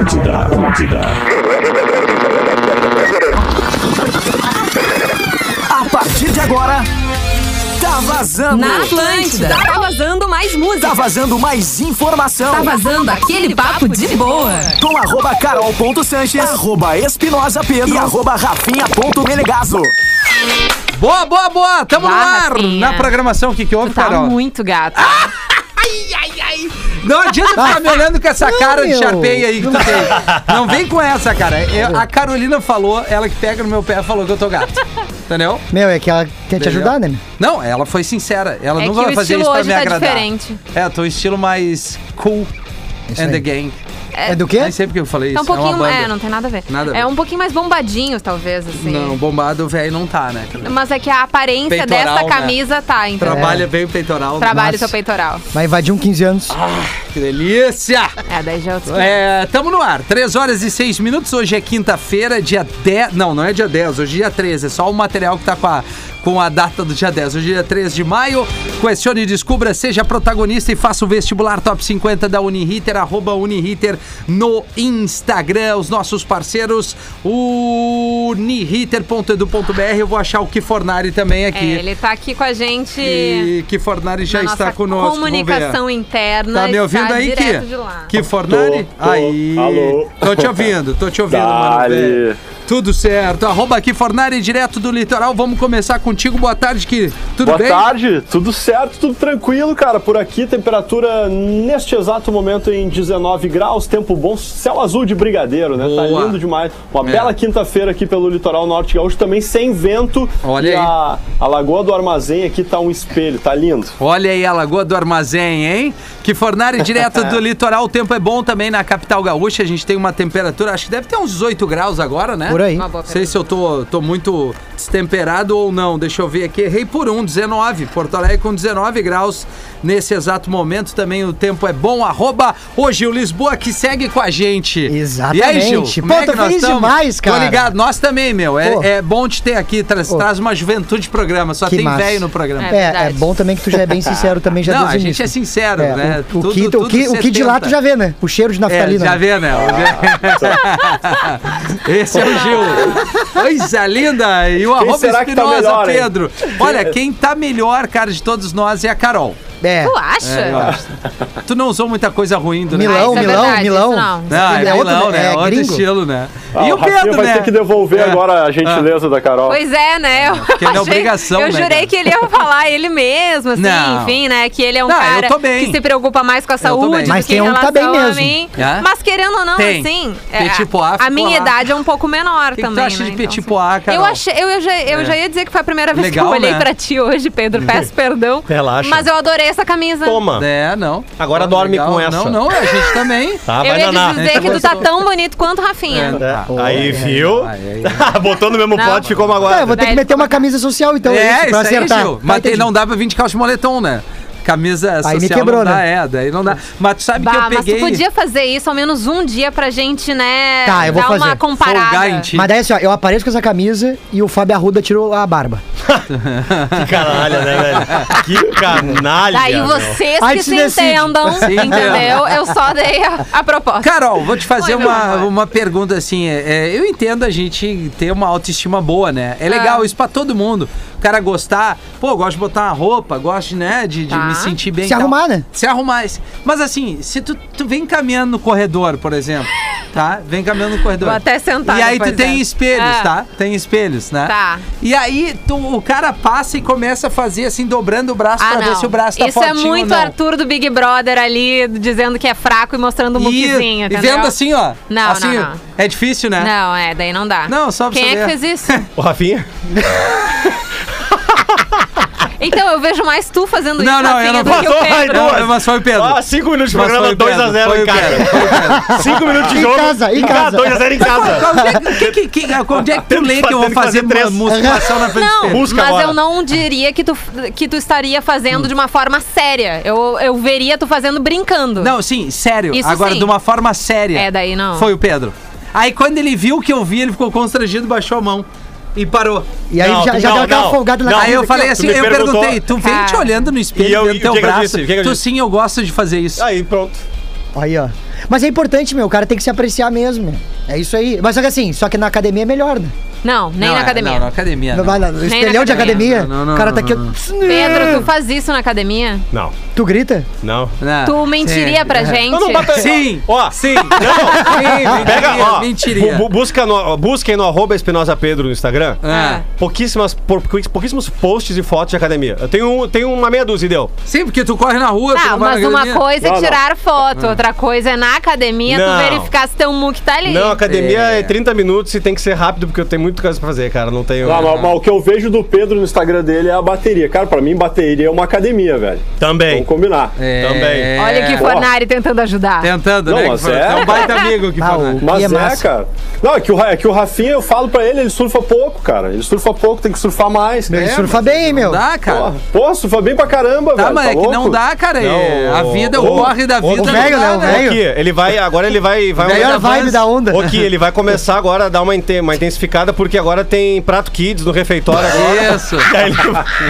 Atlântida, Atlântida. A partir de agora, tá vazando. Na Atlântida. Tá vazando mais música. Tá vazando mais informação. Tá vazando aquele papo de boa. Com arroba carol.sanches, arroba espinosa pedro e arroba rafinha.menegaso. Boa, boa, boa! Tamo no Vá, ar! Rafinha. Na programação, o que, que houve, Tá Carol? Ah, muito gato. Não adianta Ah, ficar me olhando com essa cara de meu. charpeia aí que tu tem. Não vem com essa, cara. Eu- a Carolina falou, ela que pega no meu pé falou que eu tô gato. Entendeu? Meu, é que ela quer te Entendeu? ajudar, né? meu? Não, ela foi sincera. Ela É nunca que vai o fazer estilo isso pra hoje me tá agradar. diferente. É, tô um estilo mais cool Isso and aí. the gang. É do quê? Nem sempre que eu falei Tá isso. um pouquinho. uma É, banda. não tem nada a ver. Nada a ver. É um pouquinho mais bombadinhos, talvez, assim. Não, bombado velho não tá, né? cara? Mas é que a aparência Peitoral, desta né? camisa tá, É. entendeu? Trabalha bem o peitoral. Trabalha o Nossa. seu peitoral. Vai invadir um 15 anos. Ah, Que delícia! É, daí já é outro. É, tamo no ar, 3 horas e 6 minutos. Hoje é quinta-feira, dia 10. Não, não é dia 10, hoje é dia 13. É só o material que tá com a, com a data do dia 10. Hoje é dia 13 de maio. Questione e descubra, seja protagonista e faça o vestibular top 50 da Uniriter, arroba Uniriter no Instagram. Os nossos parceiros, uniriter.edu.br. Eu vou achar o Kifornari também É, aqui. ele tá aqui com a gente. E Kifornari já na está nossa conosco. vamos ver. Comunicação interna. Tá me ouvindo está aí, direto Ki? de lá. Ki Fornari? Tô, tô. Aí. Alô. Tô te ouvindo, tô te ouvindo, mano. Dale. velho. Tudo certo. Arroba Ki Fornari, direto do litoral. Vamos começar contigo. Boa tarde, Ki. Tudo Boa bem? tarde, tudo certo, tudo tranquilo, cara. Por aqui, temperatura neste exato momento em 19 graus, tempo bom, céu azul de brigadeiro, né? Tá Boa. lindo demais. Uma É. bela quinta-feira aqui pelo litoral norte gaúcho, também sem vento. Olha e aí. A, a lagoa do armazém aqui tá um espelho, tá lindo. Olha aí a Lagoa do Armazém, hein? Que Fornari direto do litoral. O tempo é bom também na capital gaúcha. A gente tem uma temperatura, acho que deve ter uns 18 graus agora, né? Por aí. Uma boa Não sei pergunta. se eu tô, tô muito destemperado ou não. Deixa eu ver aqui. Errei por um, 19. Porto Alegre com 19 graus nesse exato momento. Também o tempo é bom. Arroba o Gil Lisboa que segue com a gente. Exatamente. E aí, Gil? Pô, como é tô que nós feliz tamo? demais, Tô cara. ligado. Nós também, meu. É, Pô. é bom te ter aqui. Traz, Pô. traz uma juventude de programa. Só Que tem massa. velho no programa. É É, é verdade. bom também que tu já é bem sincero também já Não, desde a o gente início. é sincero, É, né? O, o, Tudo- que, tudo o, que, o que de 70. lá tu já vê, né? O cheiro de É, naftalina. já né? vê, né? Esse é o Gil. Coisa linda! E o arroba será que tá Espinosa, melhor, hein? é? Pedro. Olha, quem tá melhor, cara, de todos nós é a Carol. É. Tu acha? Eu acho. Tu não usou muita coisa ruim do Milão, Ah, isso é Milão, verdade, Milão. isso não. né? Não, é, É outro- Milão, né? é outro gringo. estilo, né? Ah, e o Rafinha Pedro, vai né? ter que devolver É. agora a gentileza da Carol. Pois é, né? Eu porque ele é obrigação, Eu né, jurei cara? que ele ia falar ele mesmo, assim, Não. enfim, né? Que ele é um Não, eu cara tô bem. que se preocupa mais com a tô bem. saúde Mas do que tem em um que tá relação bem a mesmo. mim. É? Mas querendo ou não, Tem. assim, Petit pois, a ficou minha lá. idade é um pouco menor que que tu também. acha né? de petit então, pois, assim, Carol? Eu, achei, eu, eu já, eu É. já ia dizer que foi a primeira vez Legal, que eu olhei né? Uhum. pra ti hoje, Pedro. Peço perdão. Relaxa. Mas eu adorei essa camisa. Toma. É, não. Agora Não, dorme com essa. Não, não, a gente também. Ah, Tá, eu vai ia naná. dizer que tu tá tão bonito quanto Rafinha. É. É, Aí, viu? Botou no mesmo Não. pote, ficou Ah, eu magoado. vou ter Daí que ele meter uma camisa social, então, é, isso pra aí, acertar. Gil. Tá, Mas tem- entendi. não dá pra vir de calça de moletom, né? Camisa social Aí me quebrou, não dá, né? é, daí não dá. Mas tu sabe que eu Bah, mas tu peguei... podia fazer isso ao menos um dia pra gente, né? Tá, eu vou dar uma fazer. comparada. folgar em ti. Mas daí assim, ó, eu apareço com essa camisa e o Fábio Arruda tirou a barba. Que canalha, né, velho? Que canalha. Daí meu. vocês Aí que se se decide. entendam, Se entendam. entendeu? é. Eu só dei a, a proposta. Carol, vou te fazer Oi, meu uma, amor. uma pergunta assim. é, é, eu entendo a gente ter uma autoestima boa, né? É legal Ah. isso pra todo mundo. O cara gostar, pô, gosto de botar uma roupa, gosto, né, de, de Tá. me sentir bem. Se e tal. arrumar, né? Se arrumar. esse- Mas assim, se tu, tu vem caminhando no corredor, por exemplo, tá? Vem caminhando no corredor. Vou até sentar E aí tu depois tem dessa. espelhos, Ah. tá? Tem espelhos, né? Tá. E aí tu- o cara passa e começa a fazer assim, dobrando o braço pra ver se o braço tá Isso é fortinho ou muito não. Arthur do Big Brother ali, dizendo que é fraco e mostrando o muquizinho, e, e entendeu? vendo assim, ó. Não, assim, não, não. É difícil, né? Não, é, daí não dá. Não, só pra Quem é que saber. fez isso? O Rafinha? Então, eu vejo mais tu fazendo isso, Não, não, eu Rafinha, não do que o faço. Pedro. Ai, Não, mas foi o Pedro. Ah, cinco minutos de Mas foi o programa, Pedro, 2x0 foi em o casa. Pedro, foi o Pedro. 5 minutos de Em jogo. casa, em casa. 2x0 em casa. Onde é que- que- que- que- Onde é que tu lê que eu vou Tem que fazer fazer três. uma musculação na frente do Não, espelho? Busca mas agora. eu não diria que tu, que tu estaria Hum. fazendo de uma forma séria. Eu, eu veria tu fazendo brincando. Não, sim, sério. Isso agora, sim. de uma forma séria. É, daí não. Foi o Pedro. Aí, quando ele viu que eu vi, ele ficou constrangido, baixou a mão e parou. E aí Não, já, tu- já não, deu aquela não. folgada na Não, Aí camisa eu aqui, falei ó. assim, me eu perguntou- perguntei, tu vem te Cara. olhando no espelho E eu- dentro do e o teu que que eu braço. disse? O que que eu tu disse? sim, eu gosto de fazer isso. Aí, pronto. Aí, ó. Mas é importante, meu. O cara tem que se apreciar mesmo. meu. É isso aí. Mas só que assim, só que na academia é melhor, né? Não, nem Não, na é, academia. Não, na academia. Não Não. vai lá. no Nem na Espelhão de academia. academia. Não, não, não, o cara tá não, aqui. ó. não, É. Pedro, tu faz isso na academia? Não, Tu grita? não. Não. Tu mentiria Ah, Sim. pra É. gente? Não, não, bata- Sim. Ó, Sim. Sim, Pega, mentiria, ó. Mentiria. bu- bu- busca no, ó, busquem no arroba Espinosa Pedro no Instagram. Ah. Pouquíssimas, por- pouquíssimos posts e fotos de academia. Eu tenho, um- tenho uma meia dúzia, deu. Sim, porque tu corre na rua, tu Tá, não vai mas na uma academia. coisa Não, é não. tirar foto, outra coisa é na academia Não. tu verificar se teu muque tá ali. Não, academia É. é. 30 minutos e tem que ser rápido porque eu tenho muito coisa pra fazer, cara. Não tenho. Não, mas, mas o que eu vejo do Pedro no Instagram dele é a bateria. Cara, pra mim, bateria é uma academia, velho. Também. Vamos combinar. É. Também. Olha que Ó. Fornari tentando ajudar. Tentando, Não, né? mas que foi- é. um baita amigo que Ah, foi, o- né? Mas E é é, massa. cara. Não, é que, o, Ra- é que o Rafinha, eu falo pra ele, ele surfa pouco, cara. Ele surfa pouco, tem que surfar mais. Ele É, surfa bem, meu. Não dá, cara. Porra, Pô, surfa bem pra caramba, Tá, velho. mas é que não louco? dá, cara. é- Não, a vida, o ô, corre da ô, vida. ô, não velho, dá, Léo, né? velho. Aqui, ele vai. Agora ele vai. vai Melhor Melhor da vibe Vans. da onda. Ô, Ki, ele vai começar agora a dar uma, inten- uma intensificada, porque agora tem prato kids no refeitório agora. Isso. E aí ele,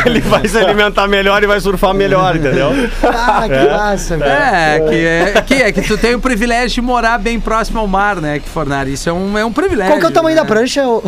ele vai se alimentar melhor e vai surfar melhor, entendeu? Ah, que massa, velho. É, que é, que é que tu tem o privilégio de morar bem próximo ao mar, né, que Fornari? Isso é um, é um privilégio. Qual que é o tamanho né? da prancha? ô?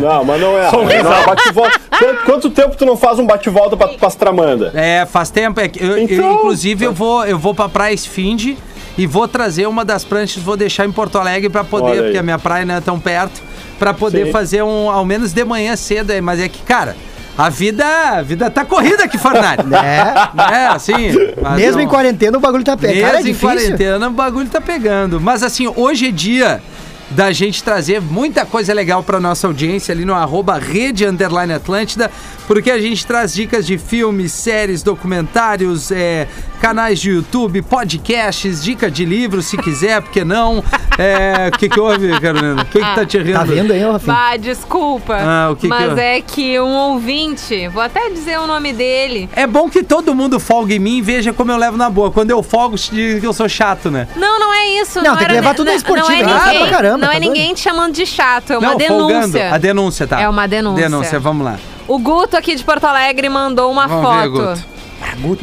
Não, mas não é. Não, é bate-volta. quanto, quanto tempo tu não faz um bate-volta pra, pras tramanda? É, faz tempo. É, que eu, eu, Então- inclusive, eu vou, eu vou pra Praia Esfinge e vou trazer uma das pranchas, vou deixar em Porto Alegre pra Olha poder, aí. porque a minha praia não é tão perto, pra poder Sim. fazer um, ao menos de manhã cedo. é, Mas é que, cara, a vida, a vida tá corrida aqui, Fornari. É. É, assim. mas Mesmo não- em quarentena, o bagulho tá pé. Mesmo Cara, é em difícil. quarentena, o bagulho tá pegando. Mas assim, hoje é dia da gente trazer muita coisa legal pra nossa audiência ali no arroba rede underline Atlântida, porque a gente traz dicas de filmes, séries, documentários, é, canais de YouTube, podcasts, dica de livro, se quiser, porque não. É, O que que houve, Carolina? O que que tá te rindo? Tá vendo aí, ô, Rafinha? Bah, desculpa. Ah, o que que mas eu- é que um ouvinte, vou até dizer o nome dele. É bom que todo mundo folga em mim e veja como eu levo na boa. Quando eu folgo, te diz que eu sou chato, né? Não, não é isso. Não, tem que era levar ne- tudo na não- esportiva, Não é né? Ah, ninguém, pra caramba, não é tá doido? ninguém te chamando de chato, é uma não, folgando. denúncia. A denúncia, tá. É uma denúncia. Denúncia, vamos lá. O Guto aqui de Porto Alegre mandou uma Vamos ver, foto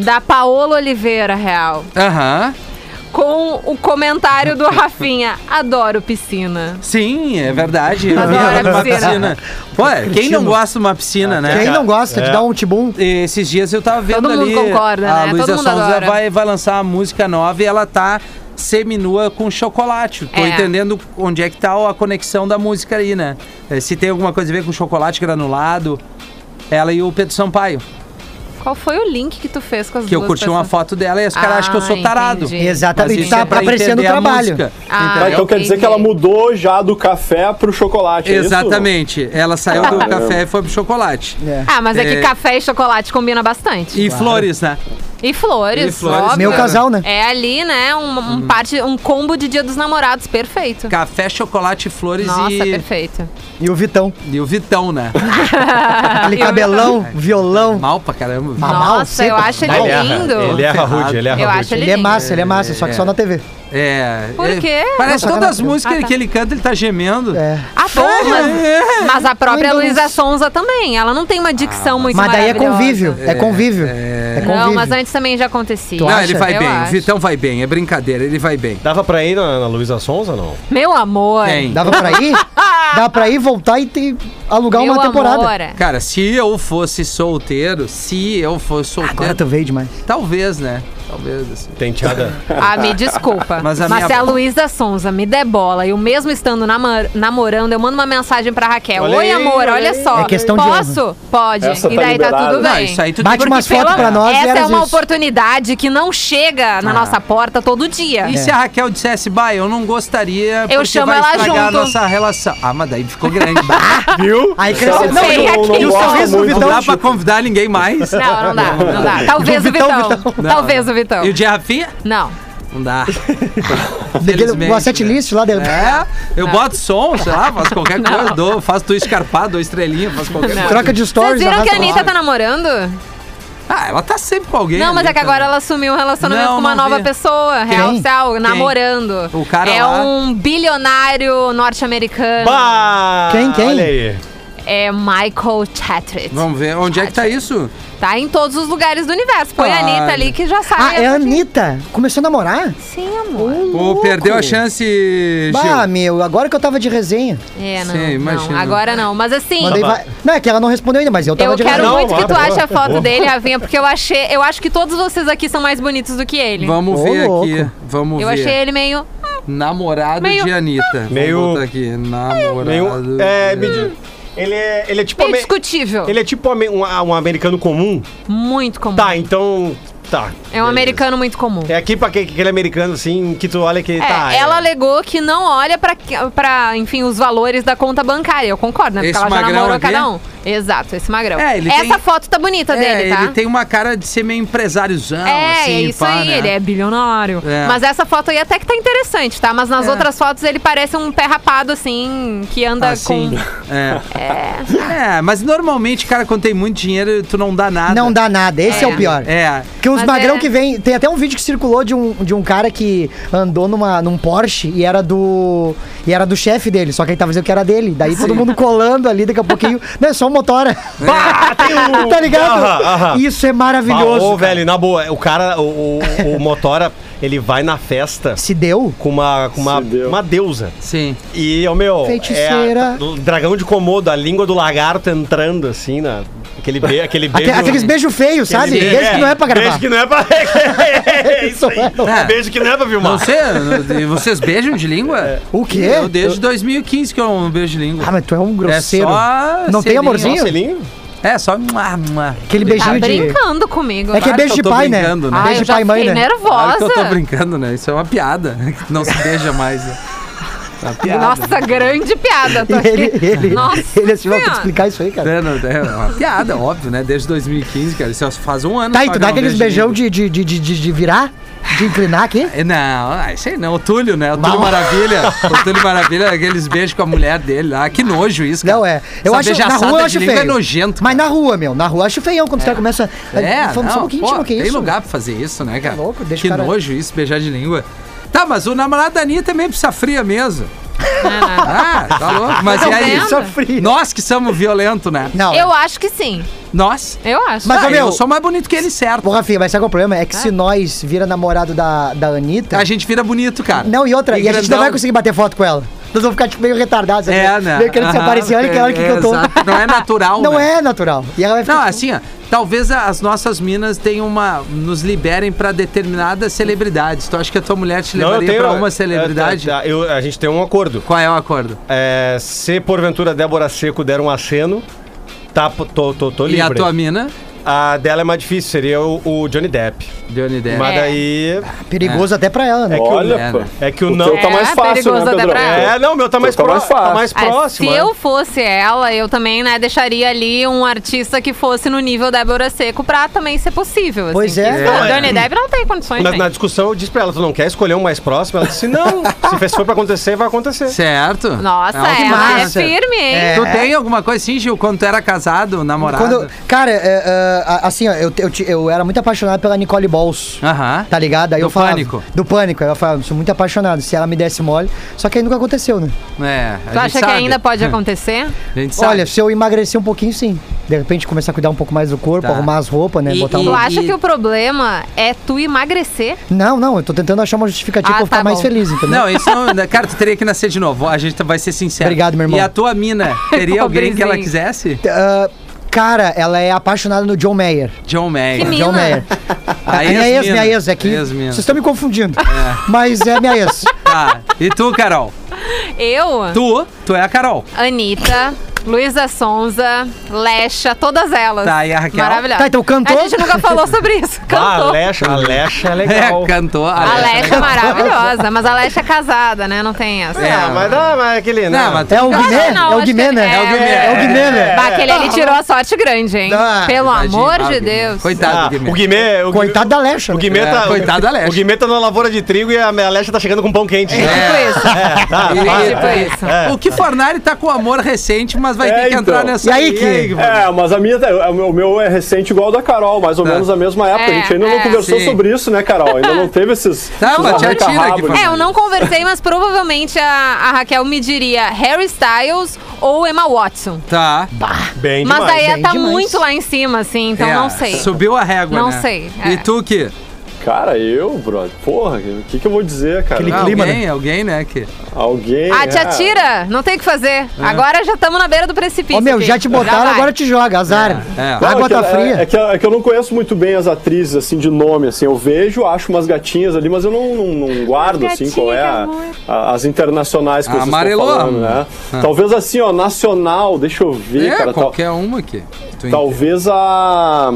da Paola Oliveira, real, Aham. com o comentário do Rafinha. Adoro piscina. Sim, é verdade. Eu Adoro adoro a uma piscina. piscina. Ué, quem não gosta de uma piscina, né? Quem não gosta de dar um tibum? Esses dias eu tava vendo Todo mundo ali. concorda, a né? Luísa Todo mundo Sonza adora. vai, vai lançar uma música nova e ela tá seminua com chocolate. Tô É. entendendo onde é que tá a conexão da música aí, né? É, Se tem alguma coisa a ver com chocolate granulado. Ela e o Pedro Sampaio. Qual foi o link que tu fez com as Que eu duas curti pessoas? uma foto dela e os caras acham que eu Ah, sou tarado. entendi. Mas Exatamente. isso Tá é pra aparecendo o entender a trabalho. música, Ah, entendeu? Ah, então quer dizer entendi. que ela mudou já do café pro chocolate, é isso? Exatamente. Ela saiu do café e foi pro chocolate. É. Ah, mas é que É. café e chocolate combina bastante. E flores, né? E, flores, E flores, óbvio. Meu casal, né? É ali, né? Um, um parte, um combo de Dia dos Namorados perfeito. Café, chocolate, flores Nossa, e, perfeito. E o Vitão. e o Vitão, né? Aquele cabelão, violão. Mal pra caramba. Mal. Ah, Mal, Nossa, eu seca. acho ele é Ele lindo. erra, ele erra rude, ele erra Eu rude. acho Ele é lindo. massa, ele é massa, só que É. só na TV. É. Por é, quê? Parece Não, todas as sacanagem. músicas Ah, tá. que ele canta, ele tá gemendo. É. Ah, bom, mas, mas a própria Muito Luísa isso. Sonza também. Ela não tem uma dicção muito Mas daí é maravilhosa. convívio, é convívio. é. É, Não, mas convívio. antes também já acontecia. Tu Não, acha? ele vai Eu bem. acho. Vitão vai bem. É brincadeira, ele vai bem. Dava pra ir na, na Luísa Sonza, não? Meu amor. Tem. Dava pra ir? Dava pra ir, voltar e ter- alugar Meu uma temporada. amor. Cara, se eu fosse solteiro, se eu fosse Agora solteiro, tu veio demais. talvez, né? Talvez, assim. Tem tiada. Ah, me desculpa. Mas, Mas a minha- se a Luísa Sonza me der bola, eu mesmo estando namor- namorando, eu mando uma mensagem pra Raquel. Olha Oi, aí, amor, olha olha aí. só. É questão de Posso? Pode. Essa e tá daí tá liberada. tudo bem. Não, isso aí tu Bate tem umas que- fotos Pelo- pra nós, Essa é era uma isso. oportunidade que não chega na Ah. nossa porta todo dia. É. E se a Raquel dissesse, bah, eu não gostaria, porque É. chamo vai ela estragar junto." a nossa relação. Ah, mas daí ficou grande. Viu? Aí Essa cresceu- não, Sei não, não aqui. E o gosta sorriso do muito. Não Vitão? dá pra convidar ninguém mais. Então, Não, não dá, não dá. Talvez Do o Vitão. Vitão, Vitão. Não. Talvez o Vitão. E o de Rafinha? Não. Não dá. Daquele- Infelizmente, Uma setlist lá dentro. É, eu boto som, sei lá, faço qualquer coisa, dou, faço tu escarpar, dou estrelinha, faço qualquer Não. coisa. Troca de Vocês stories. viram que a arrasta Anitta lá. tá namorando? Ah, ela tá sempre com alguém. não, mas ali, é que agora ela assumiu um relacionamento Não, com uma não nova vi. pessoa, real Quem? oficial, namorando. O cara é lá. um bilionário norte-americano. Bah! Quem, quem? Olha aí. é Michael Chatrit. Vamos ver. Onde é que tá isso? Tá em todos os lugares do universo. Põe a Olha. Anitta ali que já Ah, sabe. é a Anitta? Começou a namorar? Sim, amor. Pô, perdeu a chance, Gil. Bah, meu, agora que eu tava de resenha. É, não, Sim, não, imagino. Agora não. Mas assim, Mandei vai- Não, é que ela não respondeu ainda, mas eu tava eu de quero resenha. Não, muito que ah, tu boa, ache a foto boa. dele, Ravinha, porque eu achei. Eu acho que todos vocês aqui são mais bonitos do que ele. Vamos Ô, ver louco. aqui. Vamos eu ver. achei ele meio. Namorado Meio- de Anitta. Meio- Vamos botar aqui. Namorado. Nenhum, é, me diz. Ele é, ele é tipo. Meio ame- discutível. Ele é tipo ame- um, um americano comum? Muito comum. Tá, então. é Tá. um beleza. americano muito comum. É aqui pra que- aquele americano assim que tu olha que É, tá. ela é, alegou que não olha pra, que- pra, enfim, os valores da conta bancária. Eu concordo, né? Porque Esse ela já magrão namorou aqui? cada um. Exato, esse magrão. É, ele Essa tem- foto tá bonita É, dele, tá? ele tem uma cara de ser meio empresáriozão, É, assim, é isso pá, aí, né? ele é bilionário. É. Mas essa foto aí até que tá interessante, tá? Mas nas É. outras fotos ele parece um pé rapado, assim, que anda Tá Assim, com. É. É, mas normalmente, cara, quando tem muito dinheiro, tu não dá um- nada. Não dá nada, esse é, o pior. É. Que os Mas magrão é. que vem. Tem até um vídeo que circulou de um, de um cara que andou numa, num Porsche e era do. E era do chefe dele, só que ele tava dizendo que era dele. Daí todo mundo colando ali, daqui a pouquinho. Não, é só um motora. tá ligado? Aham, aham. Isso é maravilhoso. Ô, cara. velho, na boa, o cara, o, o, o Motora, ele vai na festa Se deu? com uma, com uma, Se deu. uma deusa. Sim. E, o meu, Feiticeira. é a- do dragão de Komodo, a língua do lagarto entrando, assim, na, aquele, be, aquele beijo... Aque- aqueles beijos feios, sabe? Aquele Beijo que não é pra gravar. Ah, Beijo que não é pra... é isso aí. É. Beijo que não é pra filmar. Não sei, e vocês beijam de língua? O quê? Eu desde 2015 que eu não beijo de língua. Ah, mas tu é um grosseiro. só não tem selinho, amorzinho? Nossa, Elinho, É, só. mua, mua. Aquele Tá beijinho de. brincando comigo. É que é Claro beijo que de eu tô pai, né? brincando, né? Ah, Beijo eu de já pai e mãe, fiquei né? Claro nervosa. que eu tô brincando, né? Isso é uma piada. Não se beija mais. Né? É uma piada. Nossa, grande piada. Tô E aqui. ele, ele, Nossa ele assim, vou Senhora. explicar isso aí, cara. É, não, é uma piada, óbvio, né? Desde 2015, cara. Isso faz um ano. Tá, só e tu que dá eu não aqueles beijo beijão língua. de, de, de, de, de virar? De inclinar aqui? É, Não, ah, isso aí não. O Túlio, né? O Não. Túlio Maravilha. O Túlio Maravilha, aqueles beijos com a mulher dele lá. Que nojo isso, cara. Não, é. Eu Essa acho na beijaçada rua eu de acho língua feio. é nojento. Mas na rua, meu, na rua eu acho feião quando tá os caras começam. a- É, falando só um pouquinho pô, íntimo, que tem isso? Tá lugar pra fazer isso, né, cara? louco, deixa que o cara- nojo isso, beijar de língua. Tá, mas o namorado da Anitta é meio pizza fria mesmo. Ah, tá louco. Mas Tá e aí? vendo? Só é frio. Nós que somos violentos, né? Não. é. Eu acho que sim. Nós. Eu acho. Mas, ah, meu- eu sou mais bonito que ele, certo? Pô, Rafinha, mas sabe qual é o problema? É que se nós vira namorado da, da Anitta. A gente vira bonito, cara. Não, e outra, e, a gente não grandão. vai conseguir bater foto com ela. Nós vamos ficar tipo, meio retardados. assim, É, né? Meio querendo se Aham, aparecer, olha que hora que, é, que eu tô. exato. Não é natural, Não né? é natural. E ela vai ficar. Não, assim, ó, talvez a- as nossas minas tenham uma. nos liberem pra determinadas celebridades. Tu acha que a tua mulher te levaria pra uma celebridade? Eu, eu- a gente tem um acordo. Qual é o acordo? É, se porventura a Débora Seco der um aceno, tá, pô, tô, tô, tô livre. E a tua mina? A dela é mais difícil, seria o, o Johnny Depp. Johnny Depp. Mas É. daí. Perigoso até pra ela, né? É que, Olha, é, pô. né? o, é que o O não. teu tá É, mais fácil, perigoso até né, Pedrão? pra ela. É, não, o meu tá mais, Tá pró mais fácil. tá mais Ah, próximo. se né? eu fosse ela, eu também, né, deixaria ali um artista que fosse no nível Débora Seco pra também ser possível. assim, Pois que é. A É. Dani Depp não tem condições, Na, gente. na discussão eu disse pra ela, tu não quer escolher um mais próximo? Ela disse, não, se for pra acontecer, vai acontecer. Certo. Nossa, Ela que ela é massa. firme, hein? É. Tu tem alguma coisa assim, Gil, quando tu era casado, namorado? Quando, cara, é, é, a- assim, ó, eu, eu, te- eu era muito apaixonado pela Nicole Balls. Aham. Tá ligado? Aí Do eu falava, Pânico. Do pânico. Aí eu falava, sou muito apaixonado. Se ela me desse mole. Só que aí nunca aconteceu, né? É, a Tu gente acha que sabe. ainda pode acontecer? A gente sabe. Olha, se eu emagrecer um pouquinho, sim. De repente começar a cuidar um pouco mais do corpo, Tá. arrumar as roupas, né? E- botar e- um. Tu acha que o problema é tu emagrecer? Não, não, eu tô tentando achar uma justificativa Ah, pra eu ficar tá mais bom. feliz, entendeu? Não, isso não. né, Cara, tu teria que nascer de novo. A gente vai ser sincero. Obrigado, meu irmão. E a tua mina, teria alguém que ela Pobrezinho. quisesse? Ah, cara, ela é apaixonada no John Mayer. John Mayer. Que mina. John Mayer. A A minha ex, ex-mina. minha ex, é que Ex-mina. vocês estão me confundindo. Mas é minha ex. Tá. E tu, Carol? Eu, Tu, tu é a Carol. Anitta, Luísa Sonza, Lecha, todas elas. Tá, e a Raquel? Maravilhosa. Tá, então cantou? A gente nunca falou sobre isso. Ah, a Cantou. Lecha, a Lecha é legal. É, cantou. A Lecha é maravilhosa, mas a Lecha é casada, né? Não tem essa. É, Ah, mas, ah, mas aquele, né? Não, mas tu- É o Eu acho Guimê? que não, É o acho Guimê, que- né? é, É o Guimê, né? Bah, aquele ali tirou a sorte grande, hein? Ah, Pelo Tadinho, amor ah, de Guimê. Deus. Ah, Coitado do o Guimê. Guimê. O Coitado da Lecha. O né? Guimê É, tá. coitado da É. Lecha. O Guimê tá na lavoura de trigo e a minha Lecha tá chegando com pão quente. Tipo isso. tá. E- É. Tipo e- isso. O que Fornari tá com amor recente, mas mas vai É, ter que entrar então. nessa. E aí, que- É, mas a minha, o o meu é recente igual ao da Carol, mais ou Tá. menos a mesma época. É, a gente ainda não é. conversou Sim. sobre isso, né, Carol? Ainda não teve esses. Tá, esses mas te atira arranca-rabo, aqui, né? Fernando. É, eu não conversei, mas provavelmente a, a Raquel me diria Harry Styles ou Emma Watson. Tá. Bem Mas demais. daí ela bem tá demais. muito lá em cima, assim, então É, não sei. Subiu a régua. Não né? sei, E é. tu que? Cara, eu, brother. Porra, o que, que eu vou dizer, cara? Aquele Ah, clima, alguém, alguém, né? Que... Alguém. Ah, te é. atira, não tem o que fazer. Agora já estamos na beira do precipício. Ó, meu, aqui. já te botaram, vai. agora te joga, azar. É, é. A Não, Não, Água é que- tá é- fria. É, que, é que eu não conheço muito bem as atrizes, assim, de nome, assim. Eu vejo, acho umas gatinhas ali, mas eu não, não- não guardo, assim, qual é a- Gatinha, amor. a- as internacionais Ah, que vocês estão Amarelou. falando, né? Talvez assim, ó, nacional, deixa eu ver, é, tá- cara. tal- qualquer uma aqui. um, Tu talvez a...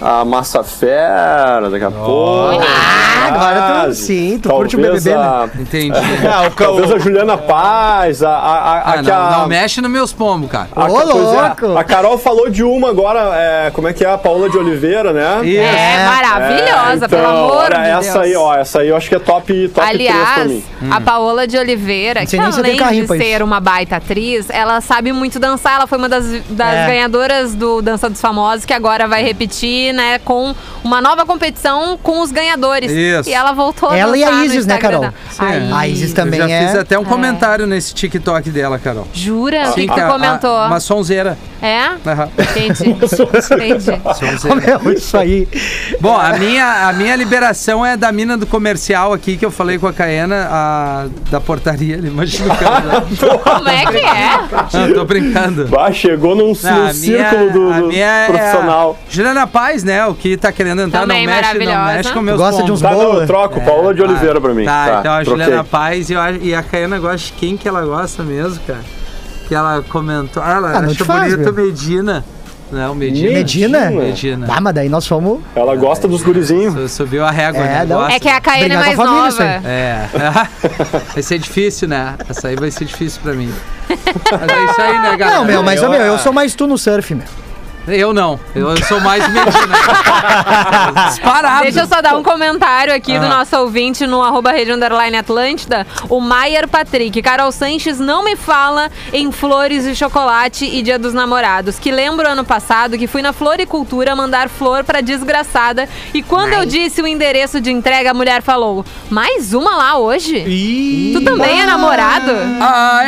A Massa Fera, daqui a pouco. Ah, agora tu- sim, tu curte o Talvez BBB, a- Entendi. Ah, o ca- Talvez o- a Juliana Paz, a... a, a, a Ah, que não, a- não mexe nos meus pombos, cara. a- Ô, pois é, louco. a Carol falou de uma agora, é, como é que é? A Paola de Oliveira, né? Isso. É, maravilhosa, É, então, pelo amor olha, de Deus. essa aí, ó, essa aí eu acho que é top, top três pra Aliás, mim. a Paola de Oliveira, Hum. Não que sei nem se eu além tenho carrinho de pra ser isso. uma baita atriz, ela sabe muito dançar. Ela foi uma das, das É. ganhadoras do Dança dos Famosos, que agora vai repetir, né, com uma nova competição com os ganhadores. Isso. E ela voltou a Ela e a dançar no Isis, né, Instagram Carol? dela. Sim. A Isis também Eu já é. fiz até um comentário nesse TikTok dela, Carol. Jura? O que, que tu cara, a- comentou? Uma sonzeira. É? Aham. Entendi. Entendi. Ô, Sonzeira. meu, isso aí. Bom, a minha, a minha liberação é da mina do comercial aqui, que eu falei com a Caena, a, da portaria ali, imagina o cara. né? Como é que é? Não, tô brincando. Bah, chegou num, Não, num círculo do, a do minha é a profissional. Juliana Paz, né? O que tá querendo entrar Também não mexe, não maravilhosa. mexe com meus Gosta de pombos. uns Tá, não, bolos. eu troco, Paola de Oliveira pra mim. É, Tá, então a troquei. Juliana Paz e, eu acho- e a Caena gosta de quem que ela gosta mesmo, cara. Que ela comentou. Ah, ela Ah, não te achou faz, bonito meu. Medina. Não, Medina. Medina? Medina. Ah, mas daí nós fomos. Ela gosta dos gurizinhos. Su- Subiu a régua, É, né? não. Gosta. É que a Caína é Obrigado à mais família, isso nova. aí. É. Vai ser difícil, né? Essa aí vai ser difícil pra mim. Mas é isso aí, né, galera? Não, meu, mas eu- eu, meu, eu sou mais tu no surf, meu. Eu não. Eu sou mais né? Medina. Disparado. Deixa eu só dar um comentário aqui do nosso ouvinte no arroba rede underline Atlântida. O Maier Patrick. Carol Sanches não me fala em flores e chocolate e dia dos namorados. Que lembro ano passado que fui na floricultura mandar flor pra desgraçada. E quando eu disse o endereço de entrega, a mulher falou: Mais uma lá hoje? Ih, Tu também é namorado?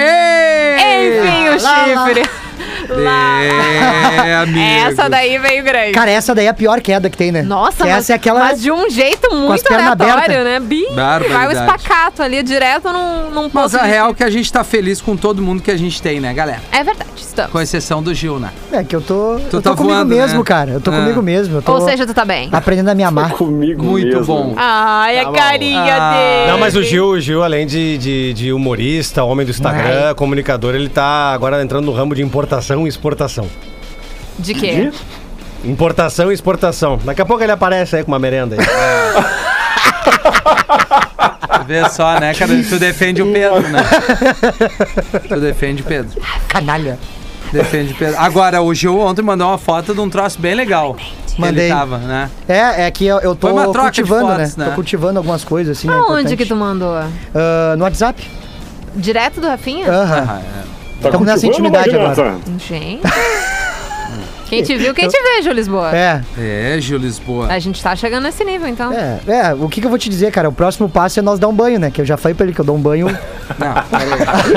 Aê! Enfim, o chifre. Lá. É, amigo. Essa daí veio grande. Cara, essa daí é a pior queda que tem, né? Nossa, Que mas, essa é aquela. mas de um jeito as muito pernas aleatório, abertas. né? Bim, vai o Barbaridade. espacato ali direto num, num Mas posto a de- real é que a gente tá feliz com todo mundo que a gente tem, né, galera? É verdade, estamos. Com exceção do Gil, né? É que eu tô. eu tô tá comigo voando, mesmo, né? cara. Eu tô Ah. comigo mesmo. Eu tô Ou seja, tu tá bem. aprendendo a me amar. Comigo Muito mesmo. bom. Ah, Ai, tá a carinha Ah. dele. Não, mas o Gil, o Gil além de, de, de humorista, homem do Instagram, comunicador, ele tá agora entrando no ramo de importação e exportação. De quê? Importação e exportação. Daqui a pouco ele aparece aí com uma merenda aí. Vê só, né, cara? Tu defende o Pedro, né? Tu defende o Pedro. Canalha. Defende o Pedro. Agora, o Gil ontem mandou uma foto de um troço bem legal. que Mandei. Ele tava, né? É, é que eu, eu tô Foi uma troca de cultivando, fotos, né? né? Tô cultivando algumas coisas, assim. né, Aonde importante. que tu mandou? Ah, no WhatsApp? Direto do Rafinha? Aham. Ah, é. Tá Tamo nessa cultivando, intimidade Magnata? Ah. Gente. quem te viu, quem te vê, Ju Lisboa. É, É, Gil Lisboa. A gente tá chegando nesse nível, então. é, é. O que, que eu vou te dizer, cara? O próximo passo é nós dar um banho, né? Que eu já falei pra ele que eu dou um banho. Não, peraí.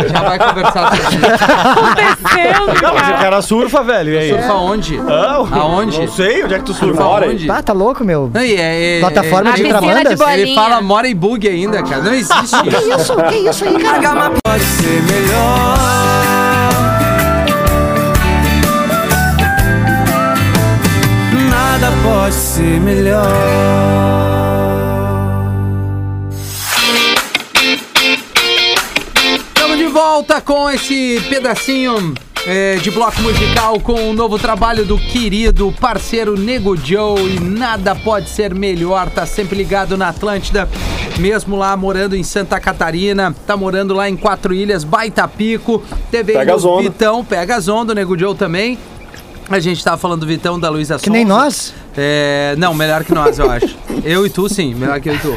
Já vai conversar sobre isso. Acontecendo, Tá Não, mas o cara. cara surfa, velho. E aí? Surfa onde? Aonde? Não sei, onde é que tu Na surfa? hora aí. Aonde? Tá, tá louco, meu? Não, e é- é- Plataforma é- de ele- A piscina de trabandas? Ele bolinha. fala mora em bug ainda, cara. Não existe isso. isso? Que isso aí, cara? Pode ser melhor. Nada pode ser melhor. Estamos de volta com esse pedacinho eh, de bloco musical com o novo trabalho do querido parceiro Nego Joe e nada pode ser melhor, tá sempre ligado na Atlântida, mesmo lá morando em Santa Catarina, tá morando lá em Quatro Ilhas, Baita Pico, TV Pega as ondas. Vitão, pega as ondas, o Nego Joe também. A gente tava falando do Vitão, da Luísa Que nem nós? é, não, melhor que nós, eu acho. Eu e tu, sim, melhor que eu e tu.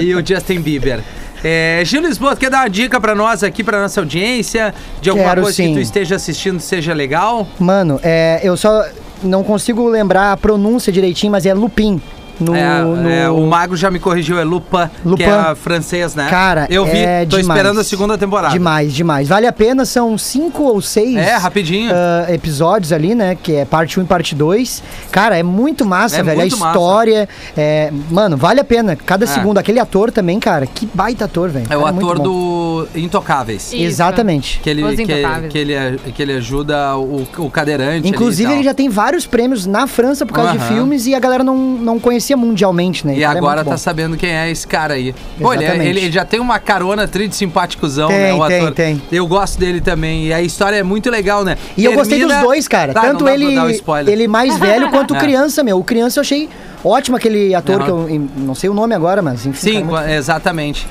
E o Justin Bieber. É, Gil Lisboa, quer dar uma dica pra nós aqui, pra nossa audiência? De alguma Quero, coisa que sim. tu esteja assistindo seja legal? Mano, é, eu só não consigo lembrar a pronúncia direitinho, mas é Lupin. No, É, no- é, o Mago já me corrigiu, é Lupa, que Lupin. é a francês, né? Cara, eu vi, é tô demais. esperando a segunda temporada. Demais, demais. Vale a pena, são cinco ou seis É, rapidinho. ah, episódios ali, né? Que é parte 1 e parte 2. Cara, é muito massa, É velho. muito a massa. história. é- mano, vale a pena. Cada É. segundo. Aquele ator também, cara. Que baita ator, velho. É o Cara, muito ator bom. do né? Intocáveis. Isso. Exatamente. Que ele, Os que, Intocáveis. que ele, que ele ajuda o, o cadeirante. Inclusive, ele ali e tal. já tem vários prêmios na França por causa de Aham. filmes e a galera não, não conhecia mundialmente, né? E Então, ele é agora muito bom. tá sabendo quem é esse cara aí. Pô, ele, é- Exatamente. ele já tem uma carona tri de simpáticozão, Tem, né? O tem, ator. tem. Eu gosto dele também. E a história é muito legal, né? E eu gostei dos Termina- dois, cara. Tá, Tanto não dá pra ele, dar o spoiler. ele mais velho quanto o É. criança, meu. O criança eu achei ótimo aquele ator Aham. que eu em- não sei o nome agora, mas enfim. Sim, cara, muito- exatamente.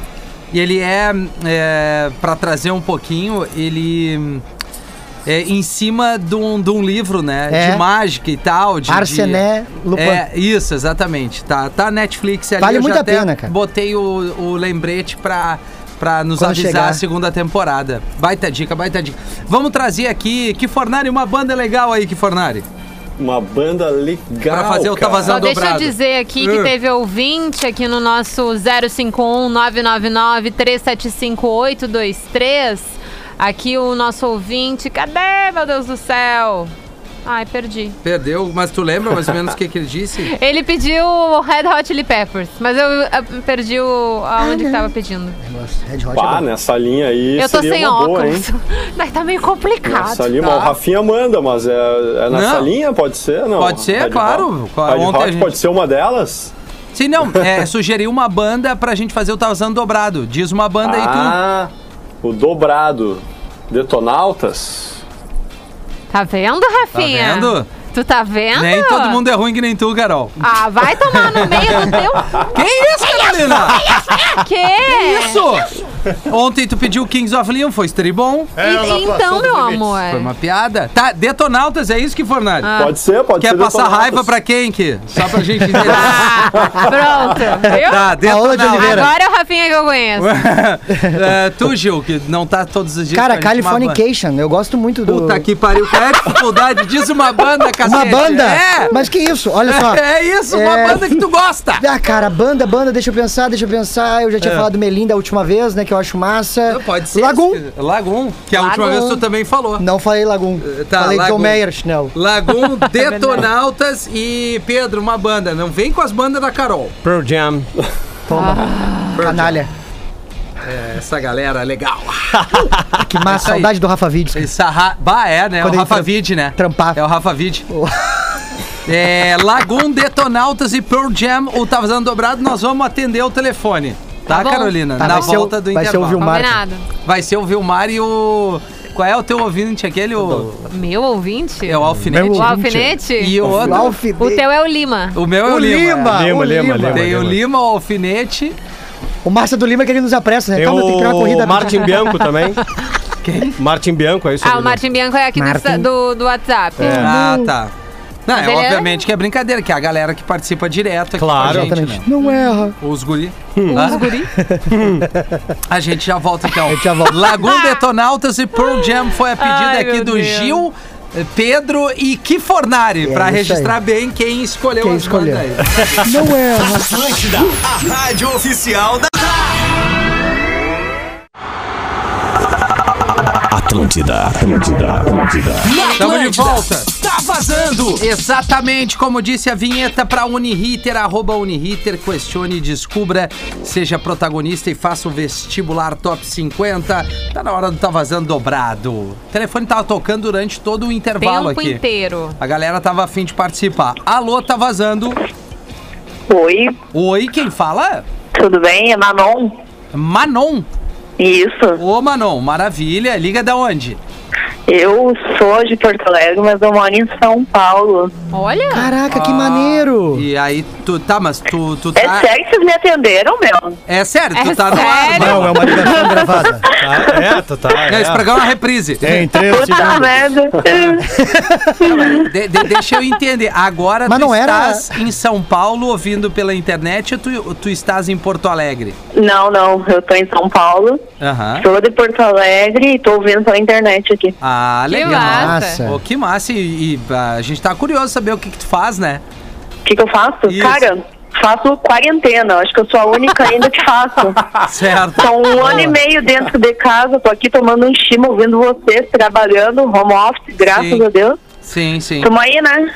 E ele é, é para trazer um pouquinho, ele é em cima de um, de um livro, né? É. De mágica e tal. De, Arsené de... Lupin. É, isso, exatamente. Tá, tá Netflix ali. Vale eu muito já a até pena, cara. Botei o, o lembrete pra, pra nos Quando avisar chegar. a segunda temporada. Baita dica, baita dica. Vamos trazer aqui, que Fornari, uma banda legal aí, que Fornari. Uma banda legal. Pra fazer o Tá cara. Vazando Só deixa eu dobrado. dizer aqui que Hum. teve ouvinte aqui no nosso 051-999-375823. Aqui o nosso ouvinte. Cadê, meu Deus do céu? Ai, perdi. Perdeu, mas tu lembra mais ou menos o que, que ele disse? Ele pediu o Red Hot Chili Peppers, mas eu, eh, perdi o, aonde que tava pedindo. Red Hot é Pá, bom. nessa linha aí. eu tô seria sem uma boa, hein? óculos. Tá. Daí tá meio complicado. Nessa é linha, mas o Rafinha manda, mas é, é nessa Não. linha, pode ser? Não. Pode ser, Red claro. Hot- Claro, Red ontem a Hot gente- pode ser uma delas? Sim, não, é, sugeri uma banda pra gente fazer o Tarzan dobrado. Diz uma banda aí ah, o dobrado. Detonautas? Tá vendo, Rafinha? vendo? Tu tá vendo? tu. Nem todo mundo é ruim que nem tu, Carol. Ah, vai tomar no meio do teu... Que isso, Carolina? Quê? Isso! Ontem tu pediu Kings of Leon, foi tribom. É, E- então, meu amor. Foi uma piada. Tá, Detonautas, é isso que Fornari? Ah. Pode ser, pode ser. Quer passar Detonautas. raiva pra quem, que? Só pra gente entender. Ah, pronto. Viu? Tá, Paola de Oliveira. Agora é o Rafinha que eu conheço. É, tu, Gil, que não tá todos os dias. Cara, com a gente, uma ban- Californication, eu gosto muito do. Puta que pariu, qual é a dificuldade? Diz uma banda, cacete. Uma banda? É! Mas que isso? Olha só. É isso, uma É. banda que tu gosta. Ah, cara, banda, banda, deixa eu pensar, deixa eu pensar. Eu já tinha falado Melinda a última vez, né? Que eu acho massa. É. Não, Pode ser. Lagum. se- Lagum, que a última Lagum. vez tu também falou. Não falei Lagum. Tá, falei Lagum. John Mayer, Schnell. Lagum, Detonautas e Pedro, uma banda. Não vem com as bandas da Carol. Pearl Jam. Canalha. É, essa galera é legal. Que massa, Ah, aí. saudade do Rafa Vídeo. Essa ra... Bah, é, né? É o Quando ele Rafa tra- Vid, né? trampar. É o Rafa Vid. é, Lagum, Detonautas e Pearl Jam, o Tá Vazando Dobrado, nós vamos atender o telefone. Tá, Tá bom. Carolina? Tá, Na vai ser o- volta do vai ser o intervalo. Vilmar. Combinado. Vai ser o Vilmar e o... Qual é o teu ouvinte? Aquele o... Meu ouvinte? É o O Alfinete. alfinete? E o outro... O teu é o Lima. O meu é o, O Lima. Lima, é. Lima, o Lima, Lima. Lima. Tem o Lima, o alfinete. O Márcio do Lima que ele nos apressa, né? Tem Calma, tem que criar uma corrida. o Martin Bianco também. Quem? Martin Bianco, é isso? Ah, Dudu? o Martin Bianco é aqui do, Martin. sa- do, do WhatsApp. É. Ah, tá. Não, Mas é, ele é- obviamente que é brincadeira, que é a galera que participa direto aqui Claro. com a gente, Exatamente. né? Não erra. Os guri. Os guri. a gente já volta então. A gente já volta. Lagoon Detonautas e Pearl Jam foi a pedida Ai, aqui meu do Deus. Gil, eh, Pedro e Kifornari, pra isso aí. registrar bem quem escolheu Quem as bandas escolheu. aí. Não erra. Atlântida, a rádio oficial da. Atlântida, Atlântida, Atlântida. Tamo de volta. Tá vazando! Exatamente como disse a vinheta para Uniriter, arroba Uniriter, questione, descubra, seja protagonista e faça o vestibular top 50. Tá na hora do Tá Vazando Dobrado. O telefone tava tocando durante todo o intervalo Tempo aqui. um inteiro. A galera tava afim de participar. Alô, tá vazando. Oi, Oi, quem fala? tudo bem? É Manon? Manon. Isso. Ô, Manon, maravilha. Liga da onde? Eu sou de Porto Alegre, mas eu moro em São Paulo. Olha! Caraca, que Ah, maneiro! E aí, tu tá, mas tu, tu É tá. sério que vocês me atenderam, meu? É sério, tu É tá no ar, sério? mano. Não, é uma ligação gravada. Tá, é, tu tá. Não, esse É. programa é uma reprise. Tem três Puta um segundos. merda. De- de- deixa eu entender. Agora Mas tu não era- estás em São Paulo ouvindo pela internet ou tu, tu estás em Porto Alegre? Não, não, eu tô em São Paulo. Aham. Sou de Porto Alegre e tô ouvindo pela internet aqui. Ah, Que legal. massa. Pô, que massa. E, e, ah, a gente tá curioso saber o que, que tu faz, né? O que, que eu faço? Isso. Cara, faço quarentena. Acho que eu sou a única ainda que faço. Certo. São um ano e meio dentro de casa, tô aqui tomando um chimo, ouvindo vocês, trabalhando, home office, graças Sim. a Deus. Sim, sim. Tamo aí, né?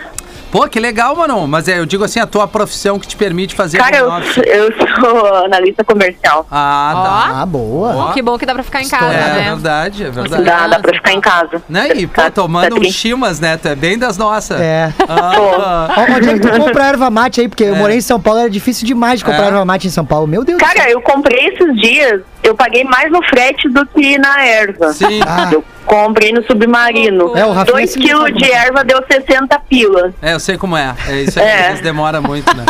Pô, que legal, mano. Mas é, eu digo assim, a tua profissão que te permite fazer Cara, eu, home office. eu sou analista comercial. Ah, Ah, boa. Ó. Que bom que dá pra ficar em tá. casa, é né? verdade, é verdade. Dá, dá pra ficar em casa. Né? E, pô, Tá- tomando tá um tri. chimas, né? Tu é bem das nossas. É. Ah, Ó, Onde é que tu compra erva mate aí? Porque eu morei em São Paulo, era difícil demais de comprar É. erva mate em São Paulo. Meu Deus do céu. Cara, eu comprei esses dias, eu paguei mais no frete do que na erva. sim. Ah, Eu comprei no submarino. É, o Rafinha 2 se liga, quilos de né? sabe? erva deu 60 pila. É, eu sei como é. É isso aí, É. às vezes demora muito, né?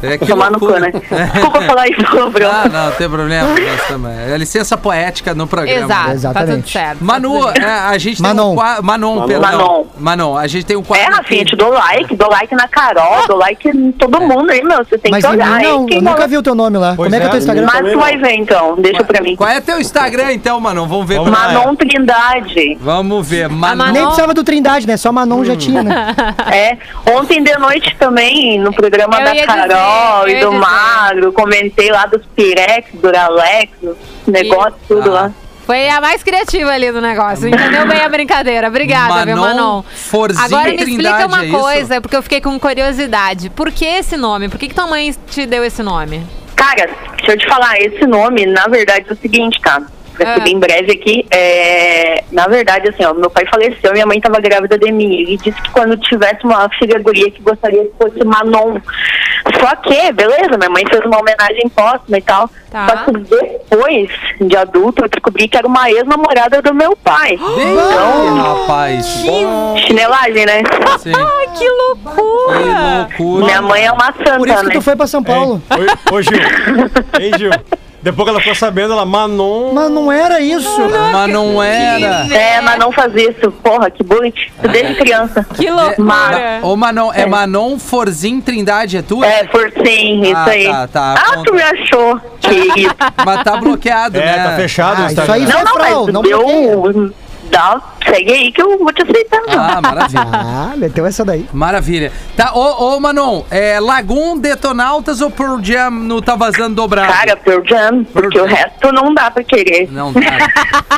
É que Tomar no cu, loucura. É. né? Desculpa falar isso, Bruno. Ah, não, não tem problema. nós também. É licença poética no programa. Exato, tá tudo Exatamente. certo. Manu, é, a gente tem um Manon. quadro. Manon, Manon. perdão. Manon. Manon. a gente tem um É, quadro. Rafinha, que- te dou like, dou like na Ah. Carol, dou like em É. todo mundo aí, meu. Você tem mas que em mim olhar. não, hein? Quem eu nunca fala- vi o teu nome lá. Como Pois é que é é, o teu Instagram? Mas tu vai ver então, deixa pra mim. Qual é teu Instagram, então, Manon? Vamos ver. pra lá. Manon Trindade. Vamos ver. Manon- Manon. Nem precisava do Trindade, né? Só Manon já tinha, né? É, ontem de noite também, no programa Eu da ia Carol dizer, eu e ia do dizer. Magro, comentei lá dos Pirex, do Alex, negócio, tudo Ah. lá. Foi a mais criativa ali do negócio. Entendeu bem a brincadeira. Obrigada, viu, Manon Manon? Forzinho Agora me Trindade, explica uma é isso? coisa, porque eu fiquei com curiosidade. Por que esse nome? Por que, que tua mãe te deu esse nome? Cara, deixa eu te falar, esse nome, na verdade, é o seguinte, tá? Vai ser Ah. bem breve aqui. É, na verdade, assim, ó, meu pai faleceu, minha mãe tava grávida de mim. Ele disse que quando tivesse uma filha guria que gostaria que fosse Manon. Só que, beleza, minha mãe fez uma homenagem póstuma e tal. Tá. Só que depois de adulto, eu descobri que era uma ex-namorada do meu pai. Ih, Ah, rapaz. Chinelagem, né? Sim. Ai, que loucura! Que loucura. Minha mãe é uma santa, Por isso né? que tu foi pra São Paulo. Ei, Ô, ô, Gil. Ei, Gil. Depois que ela ficou sabendo, ela, Manon. Mas não era isso. Mas não era. É, né? mas não faz isso. Porra, que bullying. Tu Desde criança. Que loucura! Ô, Manon, é Manon Forzin Trindade, é tua? É, forcinho, isso Ah, aí. tá, tá, ah, conta. tu me achou, querido. Mas tá bloqueado, É, né? tá fechado Ah, o isso Instagram. aí- não, não, Frau, mas não eu... Dá, segue aí que eu vou te aceitar. Ah, maravilha. Ah, meteu essa daí. Maravilha. Tá, ô, ô Manon, é Lagoon, Detonautas ou Pearl Jam no Tá Vazando Dobrado? Cara, Pearl Jam, porque Pearl o Jam. resto não dá pra querer. Não, cara.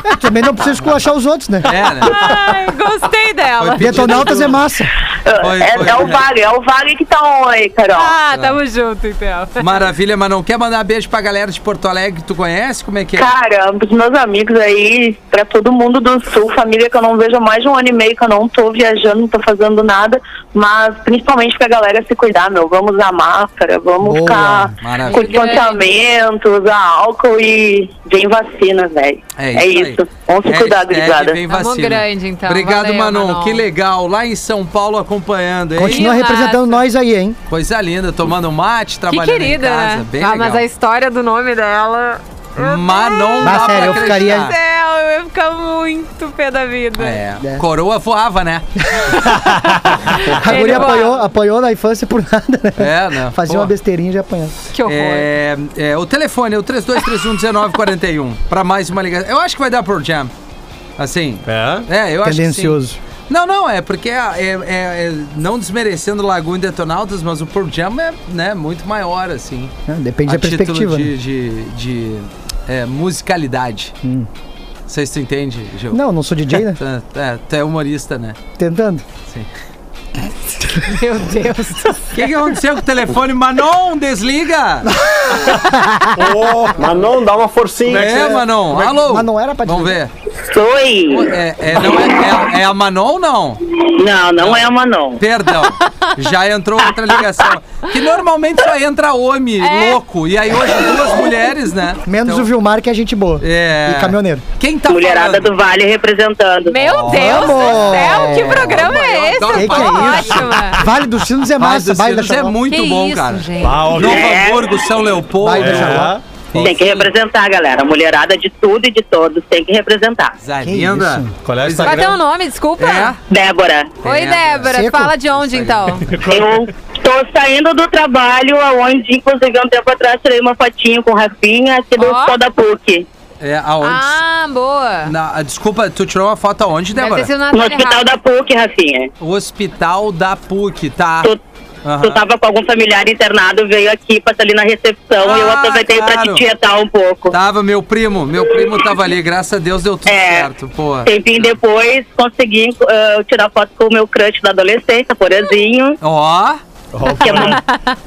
É, também não precisa esculachar os outros, né? É, né? Ai, gostei dela. Foi- Detonautas é massa. Foi, é, foi, é o né? Vale, é o Vale que tá on aí, Carol. Ah, tamo junto, então. Maravilha, Manon. Quer mandar beijo pra galera de Porto Alegre que tu conhece? Como é que é? Cara, pros meus amigos aí, pra todo mundo do Sul, família que eu não vejo há mais de um ano e meio, que eu não tô viajando, não tô fazendo nada, mas principalmente pra galera se cuidar, meu. Vamos usar máscara, vamos Boa, ficar com maravilha. distanciamento, usar álcool e vem vacina, velho. É isso. Vamos se cuidar, Hashtag gurizada. vem Tamo vacina. grande, então. Obrigado, Valeu, Manon. Manon. Que legal. Lá em São Paulo acompanhando, hein? Continua massa. representando nós aí, hein? Coisa linda. Tomando mate, Que trabalhando querida, em casa. né? Bem ah, legal. mas a história do nome dela. Manon Bah, dá sério, pra eu ficaria- Meu acreditar. céu, eu ia ficar muito pé da vida. É, É. coroa voava, né? A Ele guria voa. apanhou, apanhou na infância por nada, né? É, né? Fazia Pô. uma besteirinha e já apanhava. Que horror. É, é, o telefone é o 32311941 pra mais uma ligação. Eu acho que vai dar por jam. Assim. É? É, eu acho que sim. Tendencioso. Não, não, é porque é, é- é- é- não desmerecendo Lagoon e Detonautas, mas o Pearl Jam é né, muito maior, assim. né? Depende a da perspectiva. título né? Hum. de, de, de, é, musicalidade. Não sei se tu entende, Gil. Não, não sou DJ, né? Tu, é, tu é humorista, né? Tentando. Meu Deus. O que, que aconteceu com o telefone? Manon, desliga! Ô, Manon, dá uma forcinha. é, Manon, que- é? alô? Mas não era pra Vamos ver. Oi! É, é, não, é, é- é a Manon ou não? Não, não é uma não. Perdão, já entrou outra ligação. Que normalmente só entra homem É. louco. E aí hoje duas mulheres, né? Menos Então, o Vilmar, que é gente boa. É. E caminhoneiro. Quem tá Mulherada falando? do Vale representando. Meu Deus do Vamos! céu, que programa é esse? Eu adoro Eu tô falar disso. ótima. Vale dos Sinos é Mas massa. o Vale da Sinos é Xarope. muito que bom, isso, cara. gente. Pau, Novo É. Hamburgo, São Vai é. Leopoldo. deixar lá. Tem que representar, galera. Mulherada de tudo e de todos tem que representar. Coisa Que linda. isso? Qual é o Qual é teu Instagram? nome? Desculpa. É. Débora, Oi, É, Débora. seco. Fala de onde, então? eu tô saindo do trabalho, aonde, inclusive, há um tempo atrás, tirei uma fotinho com o Rafinha aqui do Ó. oh. da PUC. É, aonde? Ah, boa. Na- desculpa, tu tirou uma foto aonde, Deve ter Débora? sido na No Tânia hospital Rafa. da PUC, Rafinha. Hospital da PUC, tá? Tu, tu Aham. tava com algum familiar internado, veio aqui, passou ali na recepção Ah, e eu aproveitei pra claro. te tietar um pouco. Tá. Tava meu primo, meu primo tava ali, graças a Deus deu tudo É. certo, pô. Tempinho Tá. depois, consegui eh, tirar foto com o meu crush da adolescência, Porazinho. Ó, Que a, mam-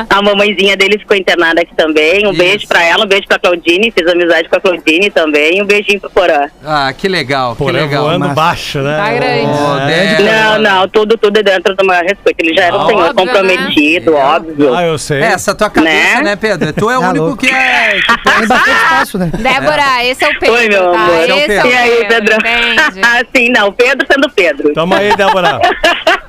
a mamãezinha dele ficou internada aqui também. Um Isso. beijo pra ela, um beijo pra Claudine. Fiz amizade com a Claudine também. Um beijinho pro Porã. ah, que legal, que Porém, legal. é voando Mas- baixo, né? Tá grande. Ô, Não, Débora. não, tudo, tudo é dentro do maior respeito. Ele já era um Ah, senhor óbvio, né? comprometido, né? óbvio. Ah, eu sei. É, Essa tua cabeça, né, Né? Pedro? Tu é o Tá único louco. que é. que pensa. Tem bastante espaço, né? Débora, esse é o Pedro. Oi, meu tá? amor. é o Esse é o E aí, Pedro? Ah, entende? Sim, não, Pedro sendo Pedro. Tamo aí, Débora.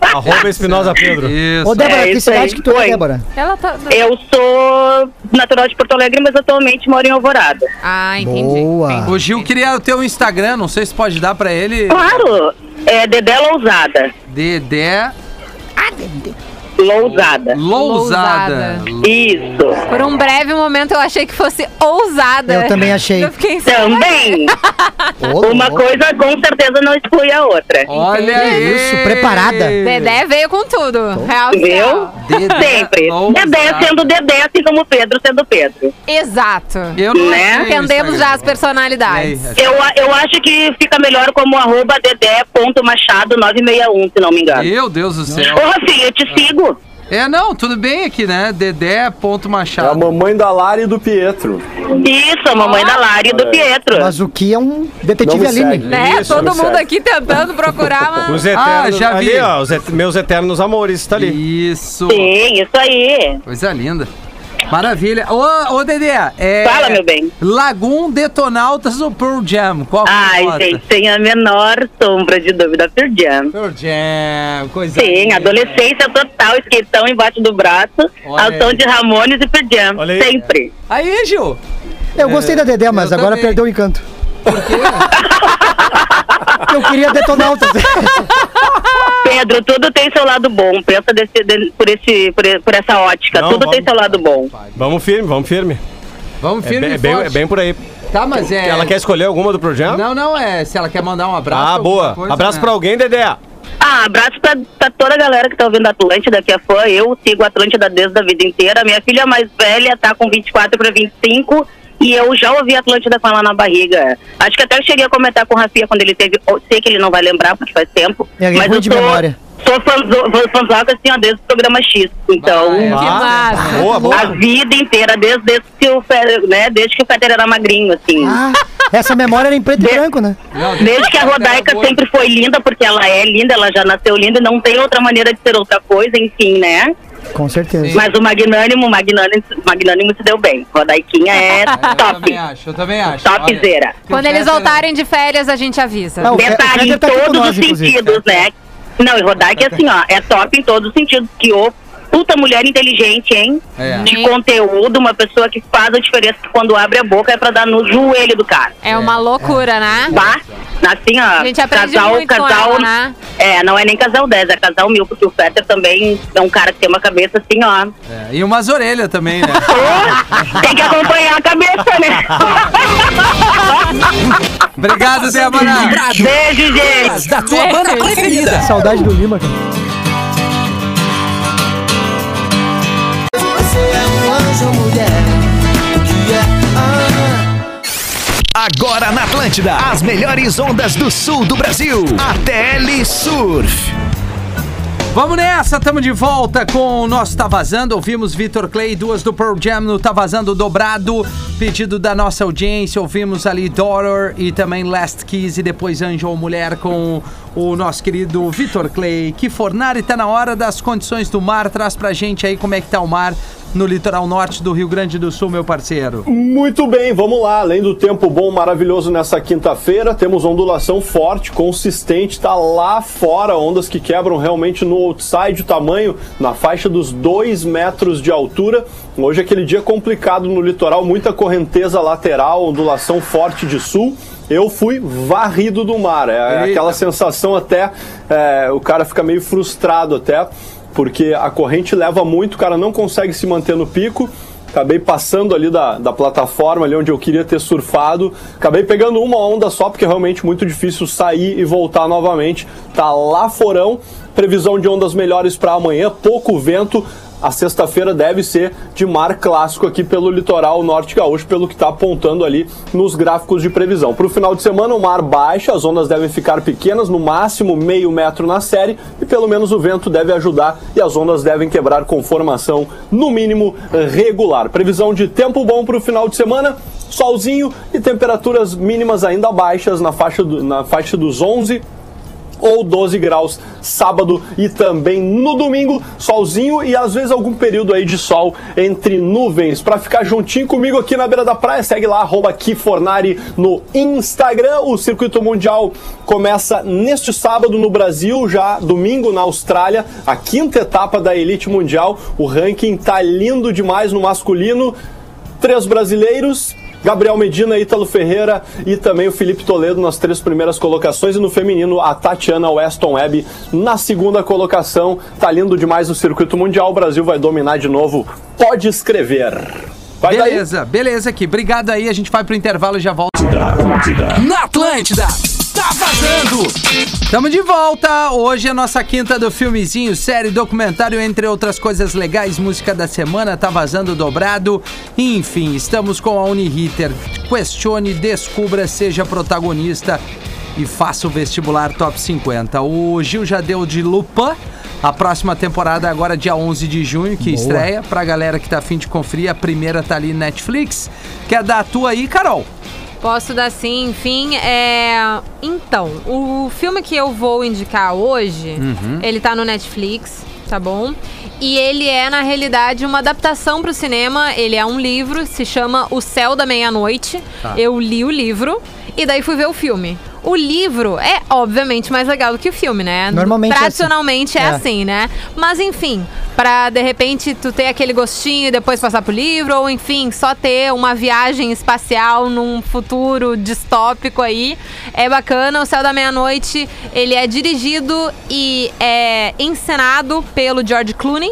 Arroba Espinosa Pedro. Isso. Ô, Débora, que É isso cidade aí. que tu é, Oi. Débora? Ela tá. Eu sou natural de Porto Alegre, mas atualmente moro em Alvorada. Ah, entendi. Boa. Entendi. O Gil queria o teu Instagram, não sei se pode dar pra ele. Claro, é Dedé Lousada. Dedé Lousada. Lousada. Isso. Por um breve momento eu achei que fosse ousada. Eu também achei. Eu fiquei sem. Também. Ô, Uma louco. coisa com certeza não exclui a outra. Olha Entendi. aí. Isso, preparada. Dedé veio com tudo. Real Viu? oficial. Dedé Sempre. Lousada. Dedé sendo Dedé, assim como Pedro sendo Pedro. Exato. Eu não Né? achei o Entendemos já as Instagram. personalidades. E aí, Eu, a- eu acho que fica melhor como arroba dedé.machado961, se não me engano. Meu Deus do céu. Ô, Rafinha, eu te sigo. É, não, tudo bem aqui, né? Dedé ponto É a Machado. mamãe da Lara e do Pietro. Isso, a mamãe da Lari e do Pietro. Mas o que é um detetive Não me Aline. segue. Né? Isso, Todo me mundo segue. aqui tentando procurar, mas. Os eternos, Ah, já vi. Ali, ó, os et- meus eternos amores, tá ali. Isso. Sim, isso aí. Coisa linda. Maravilha. Ô, ô Dedé, é... Fala, meu bem. Lagum Detonautas ou Pearl Jam? Qual que Ai, tu vota? gente, sem a menor sombra de dúvida, Pearl Jam. Pearl Jam, coisa Sim, linda. adolescência total, esquetão embaixo do braço, Olha ao som aí. de Ramones e Pearl Jam, Olha aí. sempre. Aí, Gil. Eu gostei da Dedé, mas É. eu agora também. perdeu o encanto. Eu queria detonar o Pedro, tudo tem seu lado bom, pensa desse- de- por, esse, por, e- por essa ótica, Não, tudo vamos- tem seu lado bom. Vamos firme, vamos firme. Vamos É firme e bem, é bem- forte. é bem por aí. Tá, mas é... Ela quer escolher alguma do programa? Não, não, é se ela quer mandar um abraço. Ah, alguma boa. coisa, Abraço né? pra alguém, Dedé. Ah, abraço pra, pra toda a galera que tá ouvindo a Atlântida, que é fã. Eu sigo a Atlântida desde a vida inteira. Minha filha mais velha tá com 24 pra 25 e eu já ouvi a Atlântida com ela na barriga. Acho que até eu cheguei a comentar com o Rafinha quando ele teve. eu Sei que ele não vai lembrar porque faz tempo. É, é ruim eu de sou- memória. Sou fanzo- fã- fanzoca assim, ó, desde o programa X. Então. Ah, é. Que massa. Boa, boa. A vida inteira, desde, desde que o Fe- né, desde que o Fetter era magrinho, assim. Ah, essa memória era em preto e branco, né? Não, Desde que a Rodaica boa. sempre foi linda, porque ela é linda, ela já nasceu linda e não tem outra maneira de ser outra coisa, enfim, né? Com certeza. Sim. Mas o Magnânimo, o Magnânimo, Magnânimo se deu bem. Rodaiquinha é Eu top. também acho, eu também acho. Topzera. Olha, né? Quando eles voltarem de férias, a gente avisa. Não, o Fe- o Detalhe em Fetter tá aqui com todos nós, os inclusive. sentidos, né? Não, e Rodaica é assim, ó, é top em todos os sentidos. Que ô, puta mulher inteligente, hein? É. De conteúdo, uma pessoa que faz a diferença que quando abre a boca é pra dar no joelho do cara. É uma loucura, né? É. Bah, assim, ó. A gente aprende casal, muito com casal, ela, né? É, não é nem casal 10, é casal mil, porque o Fetter também é um cara que tem uma cabeça assim, ó. É, E umas orelhas também, né? Pô, tem que acompanhar a cabeça, Tá né? Obrigado, Débora. Beijo, gente. Da tua banda preferida. Saudade do Lima, cara. Agora na Atlântida, as melhores ondas do sul do Brasil. A Tele Surf. Vamos nessa, estamos de volta com o nosso Tá Vazando. Ouvimos Vitor Clay, duas do Pearl Jam no Tá Vazando dobrado, pedido da nossa audiência. Ouvimos ali Daughter e também Last Kiss e depois Anjo ou Mulher com o nosso querido Vitor Clay. Que Fornari tá na hora das condições do mar. Traz pra gente aí como é que tá o mar no litoral norte do Rio Grande do Sul, meu parceiro. Muito bem, vamos lá. Além do tempo bom, maravilhoso nessa quinta-feira, temos ondulação forte, consistente, tá lá fora, ondas que quebram realmente no outside, o tamanho na faixa dos 2 metros de altura. Hoje é aquele dia complicado no litoral, muita correnteza lateral, ondulação forte de sul. Eu fui varrido do mar, é Eita. aquela sensação até, é, o cara fica meio frustrado até, porque a corrente leva muito, o cara não consegue se manter no pico. Acabei passando ali da, da plataforma, ali onde eu queria ter surfado. Acabei pegando uma onda só, porque é realmente muito difícil sair e voltar novamente. Tá lá forão. Previsão de ondas melhores para amanhã, pouco vento. A sexta-feira deve ser de mar clássico aqui pelo litoral norte gaúcho, pelo que está apontando ali nos gráficos de previsão. Para o final de semana, o mar baixa, as ondas devem ficar pequenas, no máximo meio metro na série, e pelo menos o vento deve ajudar e as ondas devem quebrar com formação, no mínimo, regular. Previsão de tempo bom para o final de semana. Solzinho e temperaturas mínimas ainda baixas na faixa, do- na faixa dos 11 ou 12 graus sábado e também no domingo, solzinho e às vezes algum período aí de sol entre nuvens. Para ficar juntinho comigo aqui na beira da praia, segue lá arroba Kifornari no Instagram. O circuito mundial começa neste sábado no Brasil, já domingo na Austrália, a quinta etapa da elite mundial. O ranking tá lindo demais no masculino três brasileiros. Gabriel Medina, Ítalo Ferreira e também o Felipe Toledo nas três primeiras colocações. E no feminino, a Tatiana Weston Webb na segunda colocação. Tá lindo demais o circuito mundial. O Brasil vai dominar de novo. Pode escrever. Vai daí. Beleza, beleza aqui. Obrigado aí. A gente vai pro intervalo e já volta. Na Atlântida! Tá vazando! Tamo de volta! Hoje é a nossa quinta do filmezinho, série, documentário, entre outras coisas legais, música da semana, tá vazando dobrado. Enfim, estamos com a Uniriter. Questione, descubra, seja protagonista e faça o vestibular top 50. O Gil já deu de Lupin. A próxima temporada agora dia 11 de junho, que estreia. Pra galera que tá afim de conferir, a primeira tá ali na Netflix. Quer dar a tua aí, Carol? Posso dar sim, enfim. É... Então, o filme que eu vou indicar hoje, ele tá no Netflix, tá bom? E ele é, na realidade, uma adaptação pro cinema. Ele é um livro, se chama O Céu da Meia-Noite. Eu li o livro e daí fui ver o filme. O livro é, obviamente, mais legal do que o filme, né? Normalmente é assim. Tradicionalmente é É. assim assim, né? Mas enfim, pra de repente tu ter aquele gostinho e depois passar pro livro, ou enfim, só ter uma viagem espacial num futuro distópico aí, é bacana. O Céu da Meia-Noite, ele é dirigido e é encenado pelo George Clooney,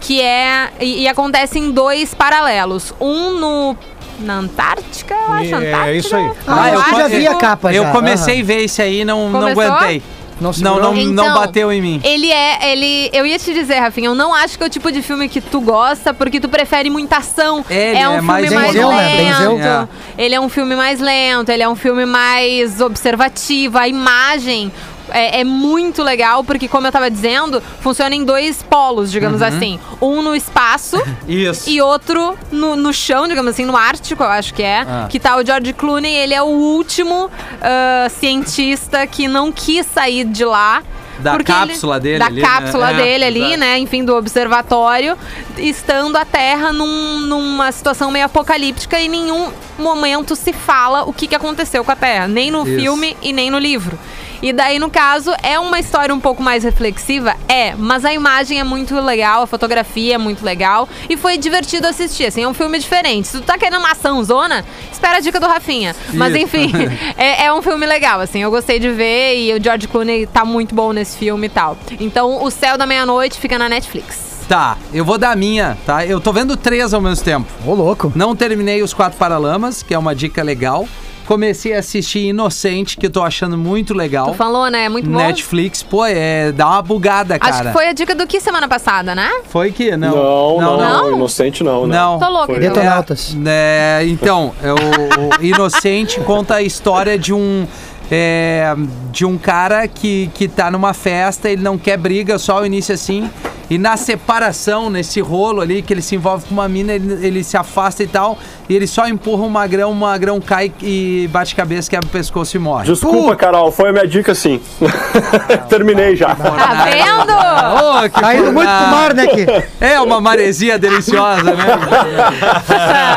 que é. E, e acontece em dois paralelos. Um no. Na Antártica, eu acho. É, Antártica? é isso aí. Ah, eu acho. já vi a capa Eu já. comecei a ver esse aí e não, não Começou? aguentei. Não Não, segurou? não, não Então, bateu em mim. Ele é, ele. Eu ia te dizer, Rafinha, eu não acho que é o tipo de filme que tu gosta, porque tu prefere muita ação. Ele é um é filme mais mais, Denzel, né? lento. Denzel. Ele é um filme mais lento, ele é um filme mais observativo, a imagem. É, é muito legal, porque, como eu tava dizendo, funciona em dois polos, digamos assim. Um no espaço Uhum. Isso. e outro no, no chão, digamos assim, no Ártico, eu acho que é. Ah. Que tá o George Clooney, ele é o último ah, cientista que não quis sair de lá. Da porque ele- cápsula dele Da ali, né? cápsula É, dele ali, exato. né? Enfim, do observatório, estando a Terra num- numa situação meio apocalíptica e em nenhum momento se fala o que, que aconteceu com a Terra, nem no Isso. filme e nem no livro. E daí, no caso, é uma história um pouco mais reflexiva? É, mas a imagem é muito legal, a fotografia é muito legal. E foi divertido assistir, assim, é um filme diferente. Se tu tá querendo uma ação zona, espera a dica do Rafinha. Mas Isso. enfim, é, é um filme legal, assim, eu gostei de ver e o George Clooney tá muito bom nesse filme e tal. Então, O Céu da Meia-Noite fica na Netflix. Tá, eu vou dar a minha, tá? Eu tô vendo três ao mesmo tempo. Ô, louco. Não terminei os Quatro Paralamas, que é uma dica legal. Comecei a assistir Inocente, que eu tô achando muito legal. Tu falou, né? É muito bom. Netflix, pô, é, dá uma bugada, cara. Acho que foi a dica do que semana passada, né? Foi que não. Não, não, não. não, inocente não, né? Não. Tô louca. Foi. então. Detonautas. né, É, é, então, é o, o Inocente conta a história de um é, de um cara que, que tá numa festa, ele não quer briga, só o início assim. E na separação, nesse rolo ali, que ele se envolve com uma mina, ele, ele se afasta e tal, e ele só empurra um magrão, o magrão cai e bate cabeça, quebra o pescoço e morre. Desculpa, Carol, foi a minha dica sim. Terminei já. Tá vendo? Ô, que Tá indo muito pro coisa- mar, né? Que É uma maresia deliciosa, né?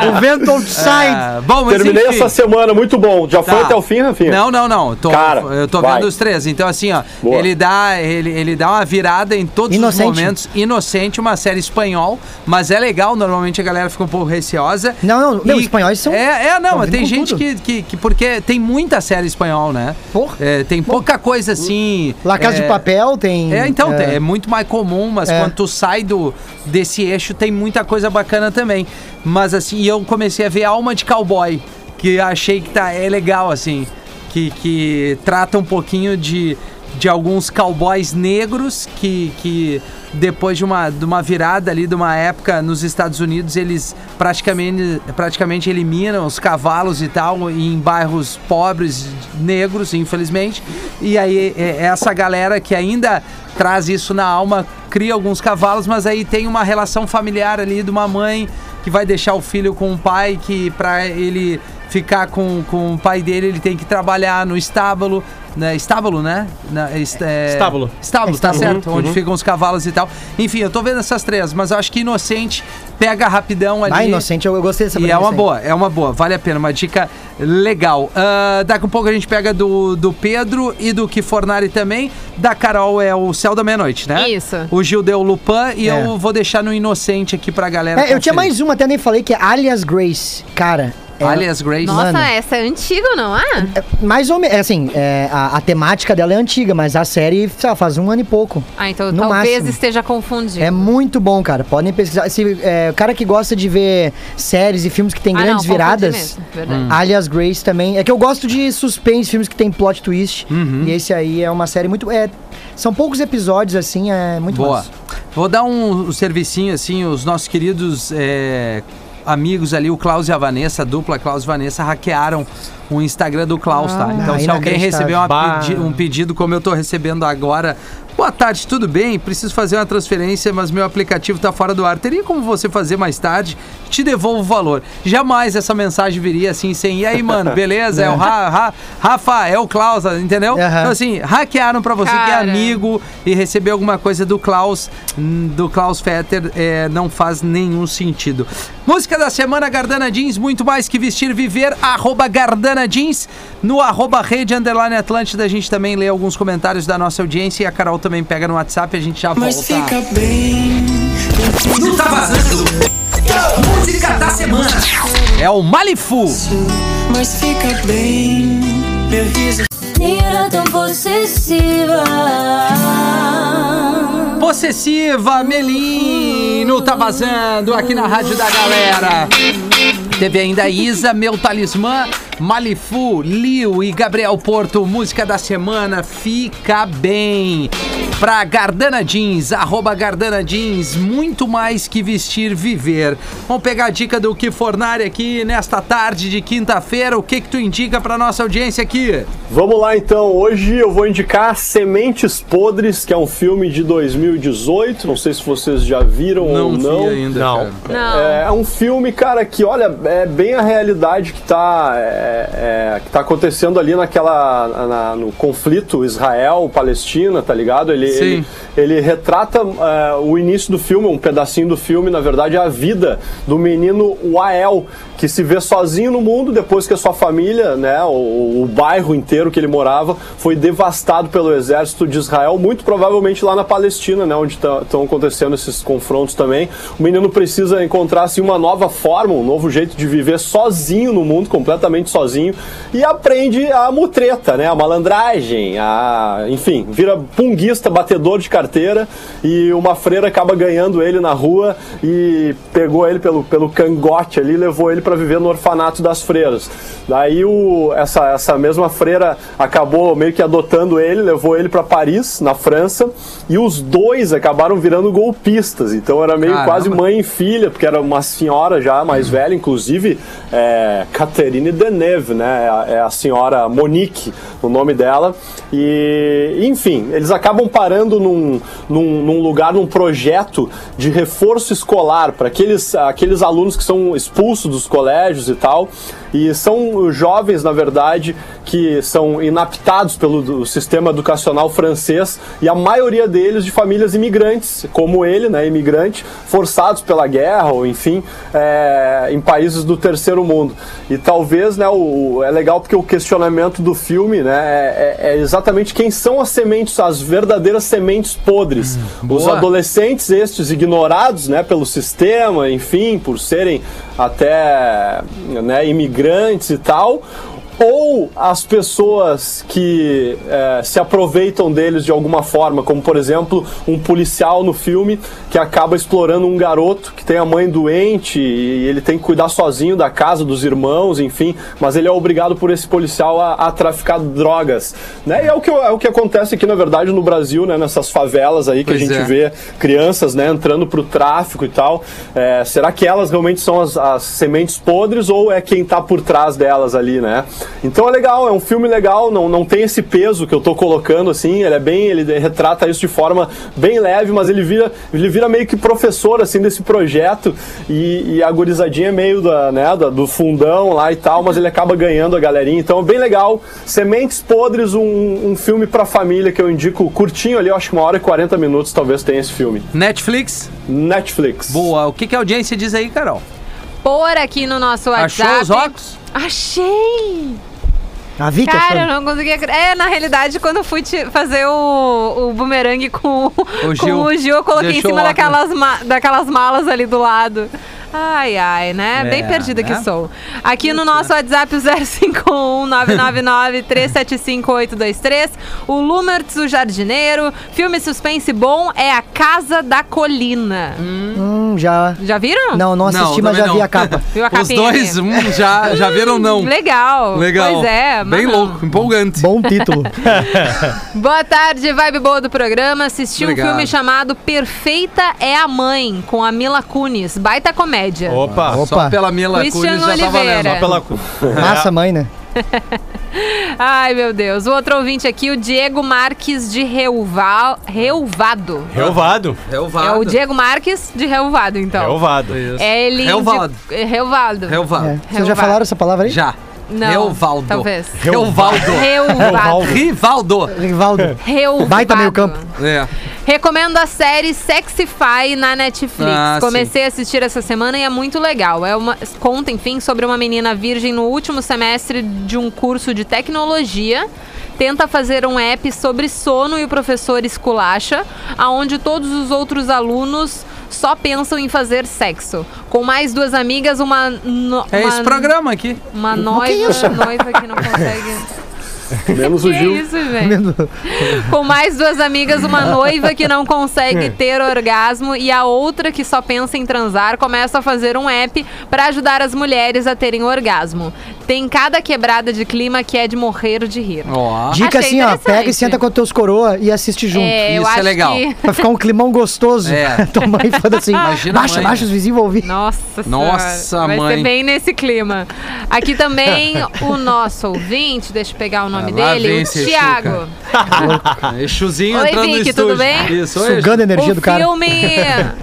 o vento outside. Ah, bom, mas Terminei enfim. essa semana, muito bom. Já foi Tá. até o fim, Rafinha? Não, não, não. Tô- Cara, eu tô vai. vendo os três. Então, assim, ó, Boa. ele dá, ele, ele dá uma virada em todos Inocente. os momentos. Inocente, uma série espanhol, mas é legal. Normalmente a galera fica um pouco receosa. Não, não, não, os espanhóis são- É, é não, tão mas vindo tem com gente tudo. que, que, que- Porque tem muita série espanhol, né? Porra. É, tem pouca coisa assim. La Casa é, de Papel tem. é, então, tem- é, muito mais comum, mas É. quando tu sai do, desse eixo, tem muita coisa bacana também. Mas assim, eu comecei a ver Alma de Cowboy, que eu achei que tá, é legal, assim, que, que trata um pouquinho de, de alguns cowboys negros que, que depois de uma, de uma virada ali, de uma época nos Estados Unidos, eles praticamente, praticamente eliminam os cavalos e tal em bairros pobres, negros, infelizmente. E aí é- essa galera que ainda traz isso na alma, cria alguns cavalos, mas aí tem uma relação familiar ali de uma mãe que vai deixar o filho com o pai, que pra ele ficar com, com o pai dele, ele tem que trabalhar no estábulo, né? Estábulo, né? Na- est- é- Estábulo. Estábulo, tá certo? Onde ficam os cavalos e tal. Enfim, eu tô vendo essas três, mas eu acho que Inocente pega rapidão ali. Ah, inocente, eu, eu gostei dessa E é premissa uma aí. boa, é uma boa, vale a pena, uma dica legal. Ah, daqui a pouco a gente pega do, do Pedro e do que Fornari também. Da Carol é o Céu da Meia-Noite, né? Isso. O Gil deu Lupin e É. eu vou deixar no Inocente aqui pra galera. É, eu tinha conferir. mais uma, até nem falei, que é Alias Grace. Cara. é- Alias Grace. Nossa, Mano. essa é antiga, não é? é mais ou menos. É, assim, é, a, a temática dela é antiga, mas a série sei lá, faz um ano e pouco. Ah, então No talvez máximo. esteja confundido. É muito bom, cara. Podem pesquisar. Se, é, o cara que gosta de ver séries e filmes que tem Ah, não, grandes confundi viradas. Hum. mesmo, verdade. Alias Grace também. É que eu gosto de suspense, filmes que tem plot twist. Uhum. E esse aí é uma série muito. É, são poucos episódios, assim, é muito Boa. massa. Vou dar um, um servicinho, assim, os nossos queridos é, amigos ali, o Klaus e a Vanessa, a dupla Klaus e Vanessa, hackearam o Instagram do Klaus, tá? Então, se alguém Ah, inacreditável. receber uma Bah. pedi- um pedido como eu tô recebendo agora. Boa tarde, tudo bem? Preciso fazer uma transferência, mas meu aplicativo tá fora do ar. Teria como você fazer mais tarde? Te devolvo o valor. Jamais essa mensagem viria assim, sem. E aí, mano, beleza? É o Ra- Ra- Rafa, é o Klaus, entendeu? Aham. Então, assim, hackearam pra você que é Cara. amigo amigo e receber alguma coisa do Klaus, hum, do Klaus Fetter, é, não faz nenhum sentido. Música da semana, Gardana Jeans, muito mais que vestir, viver, arroba Gardana Jeans, no arroba rede underline Atlântida, a gente também lê alguns comentários da nossa audiência e a Carol também pega no WhatsApp, a gente já volta. Mas fica bem... Não tá vazando! Música da semana! É o Malifu! Menina tão possessiva. Possessiva Melino tá vazando aqui na Rádio da Galera. Teve ainda a Isa, meu talismã, Malifu, Liu e Gabriel Porto. Música da semana, fica bem. Pra Gardana Jeans, arroba Gardana Jeans, muito mais que vestir, viver. Vamos pegar a dica do que Fornari aqui nesta tarde de quinta-feira. O que que tu indica pra nossa audiência aqui? Vamos lá então, hoje eu vou indicar Sementes Podres, que é um filme de 2018, não sei se vocês já viram ou não. Não. cara. Não. É, é um filme, cara, que olha, é bem a realidade que tá, é, é, que tá acontecendo ali naquela. na- no conflito Israel-Palestina, tá ligado? Ele, Sim. ele, ele retrata é, o início do filme, um pedacinho do filme, na verdade, é a vida do menino Wael, que se vê sozinho no mundo depois que a sua família, né, o, o bairro inteiro que ele morava, foi devastado pelo exército de Israel, muito provavelmente lá na Palestina, né, onde estão acontecendo esses confrontos também. O menino precisa encontrar assim, uma nova forma, um novo jeito de viver sozinho no mundo, completamente sozinho, e aprende a mutreta, né, a malandragem, a, enfim, vira punguista, batedor de carteira e uma freira acaba ganhando ele na rua e pegou ele pelo, pelo cangote ali, e levou ele para viver no orfanato das freiras. Daí o, essa, essa mesma freira acabou meio que adotando ele, levou ele para Paris, na França, e os dois acabaram virando golpistas. Então era meio Caramba. quase mãe e filha, porque era uma senhora já mais velha, inclusive é, Catherine Deneuve, né? É a- É a senhora Monique o nome dela. E, enfim, eles acabam parando num, num, num lugar, num projeto de reforço escolar para aqueles, aqueles alunos que são expulsos dos colégios e tal. E são jovens, na verdade, que são inaptados pelo do- sistema educacional francês e a maioria deles de famílias imigrantes, como ele, né, imigrante, forçados pela guerra ou enfim, é, em países do terceiro mundo. E talvez, né, o, o- é legal porque o questionamento do filme, né, é, é- é exatamente quem são as sementes, as verdadeiras sementes podres. Os boa. adolescentes adolescentes estes ignorados, né, pelo sistema, enfim, por serem até né, imigrantes e tal, ou as pessoas que eh, se aproveitam deles de alguma forma, como por exemplo um policial no filme que acaba explorando um garoto que tem a mãe doente e ele tem que cuidar sozinho da casa dos irmãos, enfim, mas ele é obrigado por esse policial a, a traficar drogas, né? E é o que é o que acontece aqui na verdade no Brasil, né? Nessas favelas aí que Pois a gente é. vê ver crianças né, entrando para o tráfico e tal. É, será que elas realmente são as, as sementes podres ou é quem tá por trás delas ali, né? Então é legal, é um filme legal, não, não tem esse peso que eu tô colocando, assim, ele é bem, ele retrata isso de forma bem leve, mas ele vira, ele vira meio que professor, assim, desse projeto e, e a gurizadinha é meio da, né, da- do fundão lá e tal, mas ele acaba ganhando a galerinha, então é bem legal. Sementes Podres, um, um filme pra família que eu indico curtinho ali, eu acho que uma hora e 40 minutos talvez tenha esse filme. Netflix? Netflix. Boa. O que, que a audiência diz aí, Carol? Por aqui no nosso WhatsApp. Achou os óculos? Achei! A Vicky Cara, eu achando. não consegui acreditar. É, na realidade, quando eu fui te- fazer o, o bumerangue com o, com Gil. o Gil, eu coloquei Deixou em cima o óculos. daquelas, ma- daquelas malas ali do lado. Ai, ai, né? É, Bem perdida né? que sou. Aqui no nosso WhatsApp 051-999-375823, o Lumertz, o jardineiro, filme suspense bom é A Casa da Colina. Hum, já. Já viram? Não, não assisti, mas já também vi não. a capa. Viu a Os capinha dois ali? hum, já, já viram não. Legal. Legal. Pois é. mas Bem não. louco, empolgante. Bom título. Boa tarde, vibe boa do programa. Assisti Obrigado. um filme chamado Perfeita é a Mãe, com a Mila Kunis. Baita comédia. Opa, Só Opa. pela Mila Christian Kunis já tá valendo. Oliveira. Só pela- pela... É. Massa, mãe, né? Ai, meu Deus. O outro ouvinte aqui, o Diego Marques de Reuval... Reuvado. Reovado. É Relvado. o Diego Marques de Reuvado, então. Reovado. Isso. É ele... indi- Reuvaldo. É, Reuvaldo. Relvado. É. Vocês já falaram essa palavra aí? Já. Não, Reuvaldo. talvez. Reuvaldo. Reuvaldo. Rivaldo. Rivaldo. Reuvado. Baita meio campo. É. Recomendo a série Sexify na Netflix. Ah, Comecei a assistir essa semana e é muito legal. É uma conta, enfim, sobre uma menina virgem no último semestre de um curso de tecnologia. Tenta fazer um app sobre sono e o professor esculacha, aonde todos os outros alunos só pensam em fazer sexo. Com mais duas amigas, uma no- É uma, esse programa aqui. uma noiva, noiva que não consegue. Menos o Que Gil. isso, gente? Com mais duas amigas, uma noiva que não É. consegue ter orgasmo e a outra que só pensa em transar, começa a fazer um app para ajudar as mulheres a terem orgasmo. Tem cada quebrada de clima que é de morrer de rir. Ó. Dica assim, Achei ó. Pega e interessante. senta com teus coroa e assiste junto. É, eu Isso é acho legal. que- Pra ficar um climão gostoso. É. Tua mãe falando assim, Imagina a baixa, mãe. baixa os vizinhos vão ouvir. Nossa Nossa, Senhora. Vai mãe. ser bem nesse clima. Aqui também o nosso ouvinte, deixa eu pegar o nome Ah, lá vem dele, o esse Exu, Thiago. cara. Exuzinho Oi, entrando no Vicky, estúdio. tudo bem? Isso, oi, Sugando a Exu. energia o do cara. filme.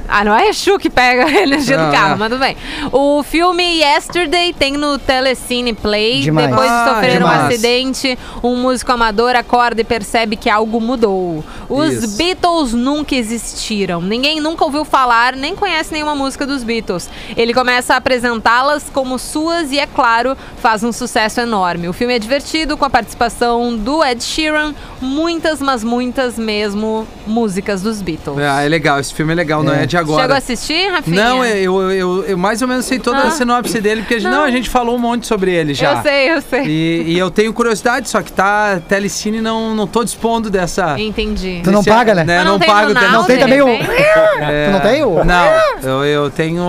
ah, não é Exu que pega a energia Ah, do carro, é. mas tudo bem. O filme Yesterday tem no Telecine Play. Demais. Depois de Ah, sofrer um demais. acidente, um músico amador acorda e percebe que algo mudou. Os Isso. Beatles nunca existiram. Ninguém nunca ouviu falar, nem conhece nenhuma música dos Beatles. Ele começa a apresentá-las como suas e, é claro, faz um sucesso enorme. O filme é divertido, com a participação do Ed Sheeran, muitas, mas muitas mesmo músicas dos Beatles. Ah, é legal, esse filme é legal, não é de Chegou a agora. assistir, Rafinha? Não, é, eu, eu, eu, eu mais ou menos sei toda a Ah. sinopse dele, porque a gente- não. a gente falou um monte sobre ele já. Eu sei, eu sei. E, e eu tenho curiosidade, só que tá. Telecine não, não tô dispondo dessa. Entendi. Tu não desse- paga, né? né? Mas não, não tem pago no Telecine. Now, Não tem também o. Tem, É, Tu não tem o- É. Não, eu, eu tenho.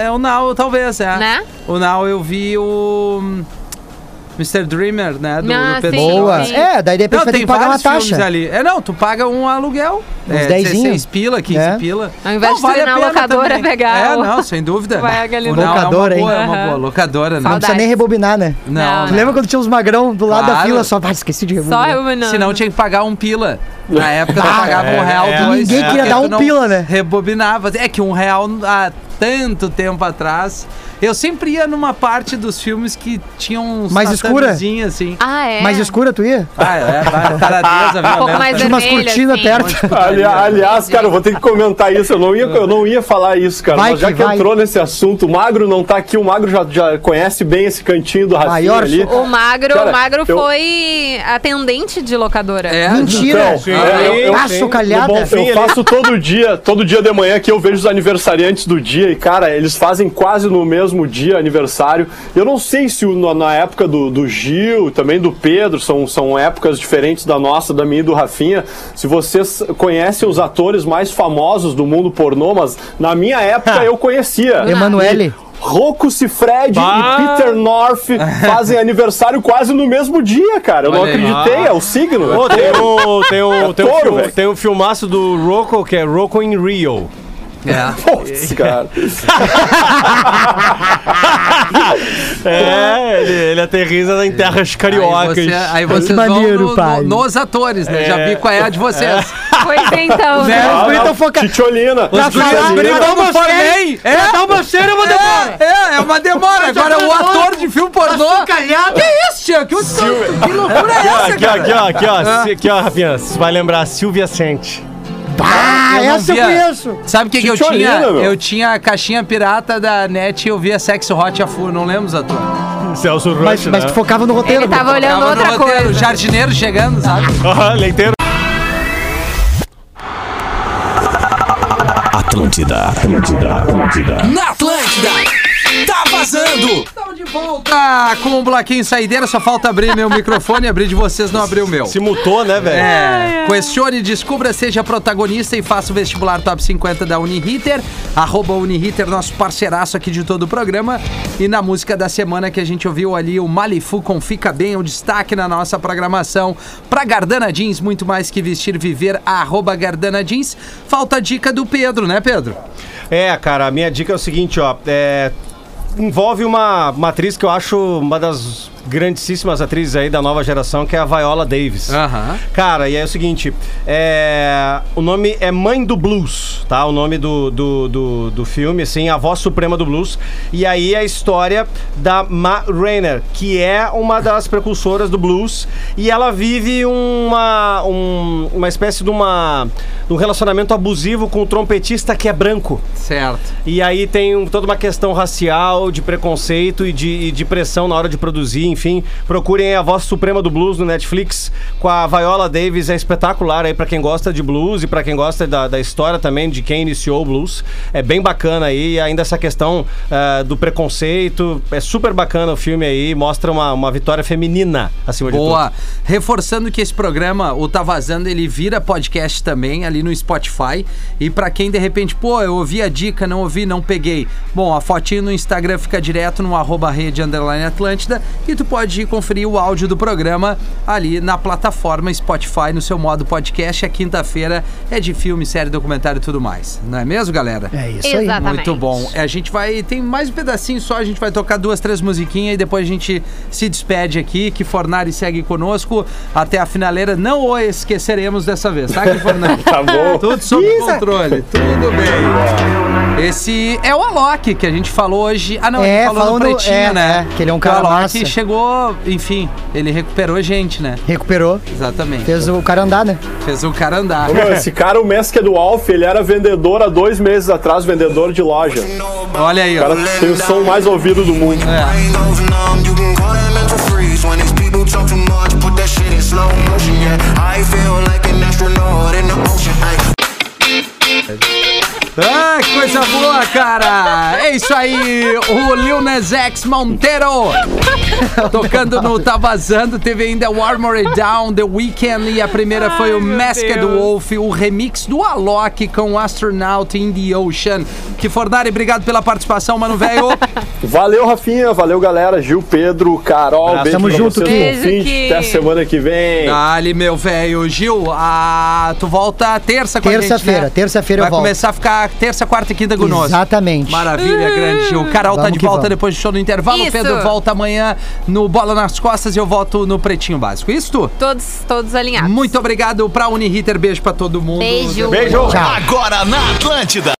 É o Now, talvez, é. Né? O Now eu vi o. Mr. hum, Dreamer, né? Do, Ah, do Pedro sim, Boa. Boa. sim. É, daí depois Não, vai ter tem que pagar uma vários filmes taxa. ali. É, não, tu paga um aluguel. Uns é, dezinho. 16 pila, 15 É. pila. Ao invés Não, de tu ir na a pena locadora também. pegar É, o- não, sem dúvida. Vai, Galileu. Não, Locadora, é hein? uma boa, é uma Aham. boa locadora, né? Não precisa Saudades. nem rebobinar, né? Não, Não, Tu não. lembra quando tinha os magrão do lado da Claro. fila? Só, ah, esqueci de Só rebobinar. rebobinando. Se não, tinha que pagar um pila. Na época tu pagava um real, é. Ah, dois. Ninguém queria porque dar tu um não pila, né? Rebobinava. É que um real há tanto tempo atrás. Eu sempre ia numa parte dos filmes que tinha uns Mais escura? tatamizinho, assim. Ah, é? Mais escura tu ia? Ah, é, vai, taradeza, Um pouco violenta. mais Tinha umas vermelha, cortinas assim. perto. Ali- aliás, cara, eu vou ter que comentar isso. Eu não ia, eu não ia falar isso, cara. Vai mas já que que, vai. entrou nesse assunto, o Magro não tá aqui. O Magro já, já conhece bem esse cantinho do Rafinha Maior ali. soco. O Magro, Cara, o Magro eu- foi atendente de locadora. É, Mentira! Então, é, eu- eu- ah, sim. socalhada! Bom, eu faço todo dia, todo dia de manhã que eu vejo os aniversariantes do dia e, cara, eles fazem quase no mesmo dia aniversário. Eu não sei se o- na- na época do, do Gil, também do Pedro, são, são épocas diferentes da nossa, da minha e do Rafinha, se vocês conhecem os atores mais famosos do mundo pornô, mas na minha época eu conhecia. Emanuele. Rocco Cifred Ah. e Peter North fazem aniversário quase no mesmo dia, cara. Eu não Olha aí. Ah. acreditei, é o signo. Pô, tem o, tem o, tem, o touro, filme, velho. tem o filmaço do Rocco, que é Rocco in Rio. É. Putz, cara. É, ele, ele aterriza em terras Aí, cariocas. você, aí vocês Que vão maneiro, no- no- pai. nos atores, né? Já É. vi qual é a de vocês. Pois é, então, né? Os Ah, guris não, tão focados. Titiolina. Os guris- falar, os guris eu tão não no sei. Forney. É, Dá uma cera, uma é, é, é uma demora. Agora o ator de filme pornô. Que isso, tia? Que, que loucura é essa, Aqui, ó, cara? aqui, ó, aqui, ó, se- aqui, ó, Rafinha, você vai lembrar, Silvia Sente. Ah, não essa eu via. conheço! Sabe o que, que eu Chicholina, né, tinha? meu. Eu tinha a caixinha pirata da net e eu via sexo hot a full, não lembro, Zator. Celso Rocha, Mas, mas né? tu focava no roteiro. Ele tava olhando Tava no outra roteiro, coisa. Jardineiro chegando, sabe? Aham, leiteiro. Atlântida, Atlântida, Atlântida. Na Atlântida! Tá vazando! Estamos Então, de volta com o bloquinho saideira, só falta abrir meu microfone, abrir de vocês, não abrir o meu. Se mutou, né, velho? É, questione, descubra, seja protagonista e faça o vestibular top 50 da Uniriter. Arroba Uniriter, nosso parceiraço aqui de todo o programa. E na música da semana que a gente ouviu ali, o Malifu com Fica Bem, o destaque na nossa programação. Pra Gardana Jeans, muito mais que vestir, viver, arroba Gardana Jeans. Falta a dica do Pedro, né, Pedro? É, cara, a minha dica é o seguinte, ó. é, envolve uma, uma atriz que eu acho uma das grandíssimas atrizes aí da nova geração, que é a Viola Davis. Aham. Cara, e é o seguinte, é, o nome é Mãe do Blues, tá? O nome do, do, do, do filme, assim, a voz suprema do blues. E aí a história da Ma Rainer, que é uma das precursoras do blues, e ela vive uma, um- uma espécie de uma, de um relacionamento abusivo com o trompetista que é branco. Certo. E aí tem um- toda uma questão racial, de preconceito e de, e de pressão na hora de produzir, enfim. Procurem a Voz Suprema do Blues no Netflix com a Viola Davis, é espetacular aí pra quem gosta de blues e pra quem gosta da, da história também de quem iniciou o blues. É bem bacana aí, e ainda essa questão ah, do preconceito, é super bacana o filme aí, mostra uma, uma vitória feminina acima de Boa. Reforçando que esse programa, o Tá Vazando, ele vira podcast também ali no Spotify. E pra quem de repente, pô, eu ouvi a dica, não ouvi, não peguei. Bom, a fotinho no Instagram fica direto no arroba rede underline Atlântida e tu pode ir conferir o áudio do programa ali na plataforma Spotify, no seu modo podcast. A quinta-feira é de filme, série, documentário e tudo mais. Não é mesmo, galera? É isso aí. Exatamente. Muito bom. É, A gente vai. Tem mais um pedacinho só, a gente vai tocar duas, três musiquinhas e depois a gente se despede aqui. Que Fornari segue conosco até a finaleira. Não o esqueceremos dessa vez, tá, que Fornari? Tá bom. Tudo sob controle. Tudo bem. Esse é o Alok que a gente falou hoje. Ah, não, É, ele falou falando- no pretinho, é, né? é, que ele é um cara O Alok massa. chegou, enfim, ele recuperou gente, né? Recuperou. Exatamente. Fez, Fez o cara andar, né? o cara andar. Ô, meu, esse cara, o Mesker do Alf, ele era vendedor há dois meses atrás, vendedor de loja. Olha aí, O cara ó. tem o som mais ouvido do mundo. É. Ain't over numb, you can call that mental freeze. When these people talk too much, put that shit in slow motion. Yeah, I feel like an astronaut in the ocean. I Ah, que coisa coisa boa, cara! É isso aí, o Lil Nas X Monteiro tocando no Tá Vazando. Teve ainda o Armored Down, The Weeknd e a primeira foi o Masked Wolf, o remix do Alok com Astronaut in the Ocean. Que Fornari, obrigado pela participação, mano velho. Valeu, Rafinha. Valeu, galera. Gil, Pedro, Carol. Abraço, tamo pra junto, vocês, Ki. ouvintes. Beijo, Ki. Até semana que vem. Ali, meu velho. Gil, ah, tu volta terça com a gente, né? Terça-feira, terça-feira eu Vai volto. começar a ficar terça, quarta e quinta conosco. Exatamente. Maravilha, grande Gil. Carol tá Vamos de que volta vamos. depois do show no intervalo. O Isso. Pedro volta amanhã no Bola nas Costas e eu volto no Pretinho Básico. Isto? Todos, todos alinhados. Muito obrigado pra Uniriter. Beijo pra todo mundo. Beijo. Beijo. Tchau. Agora na Atlântida.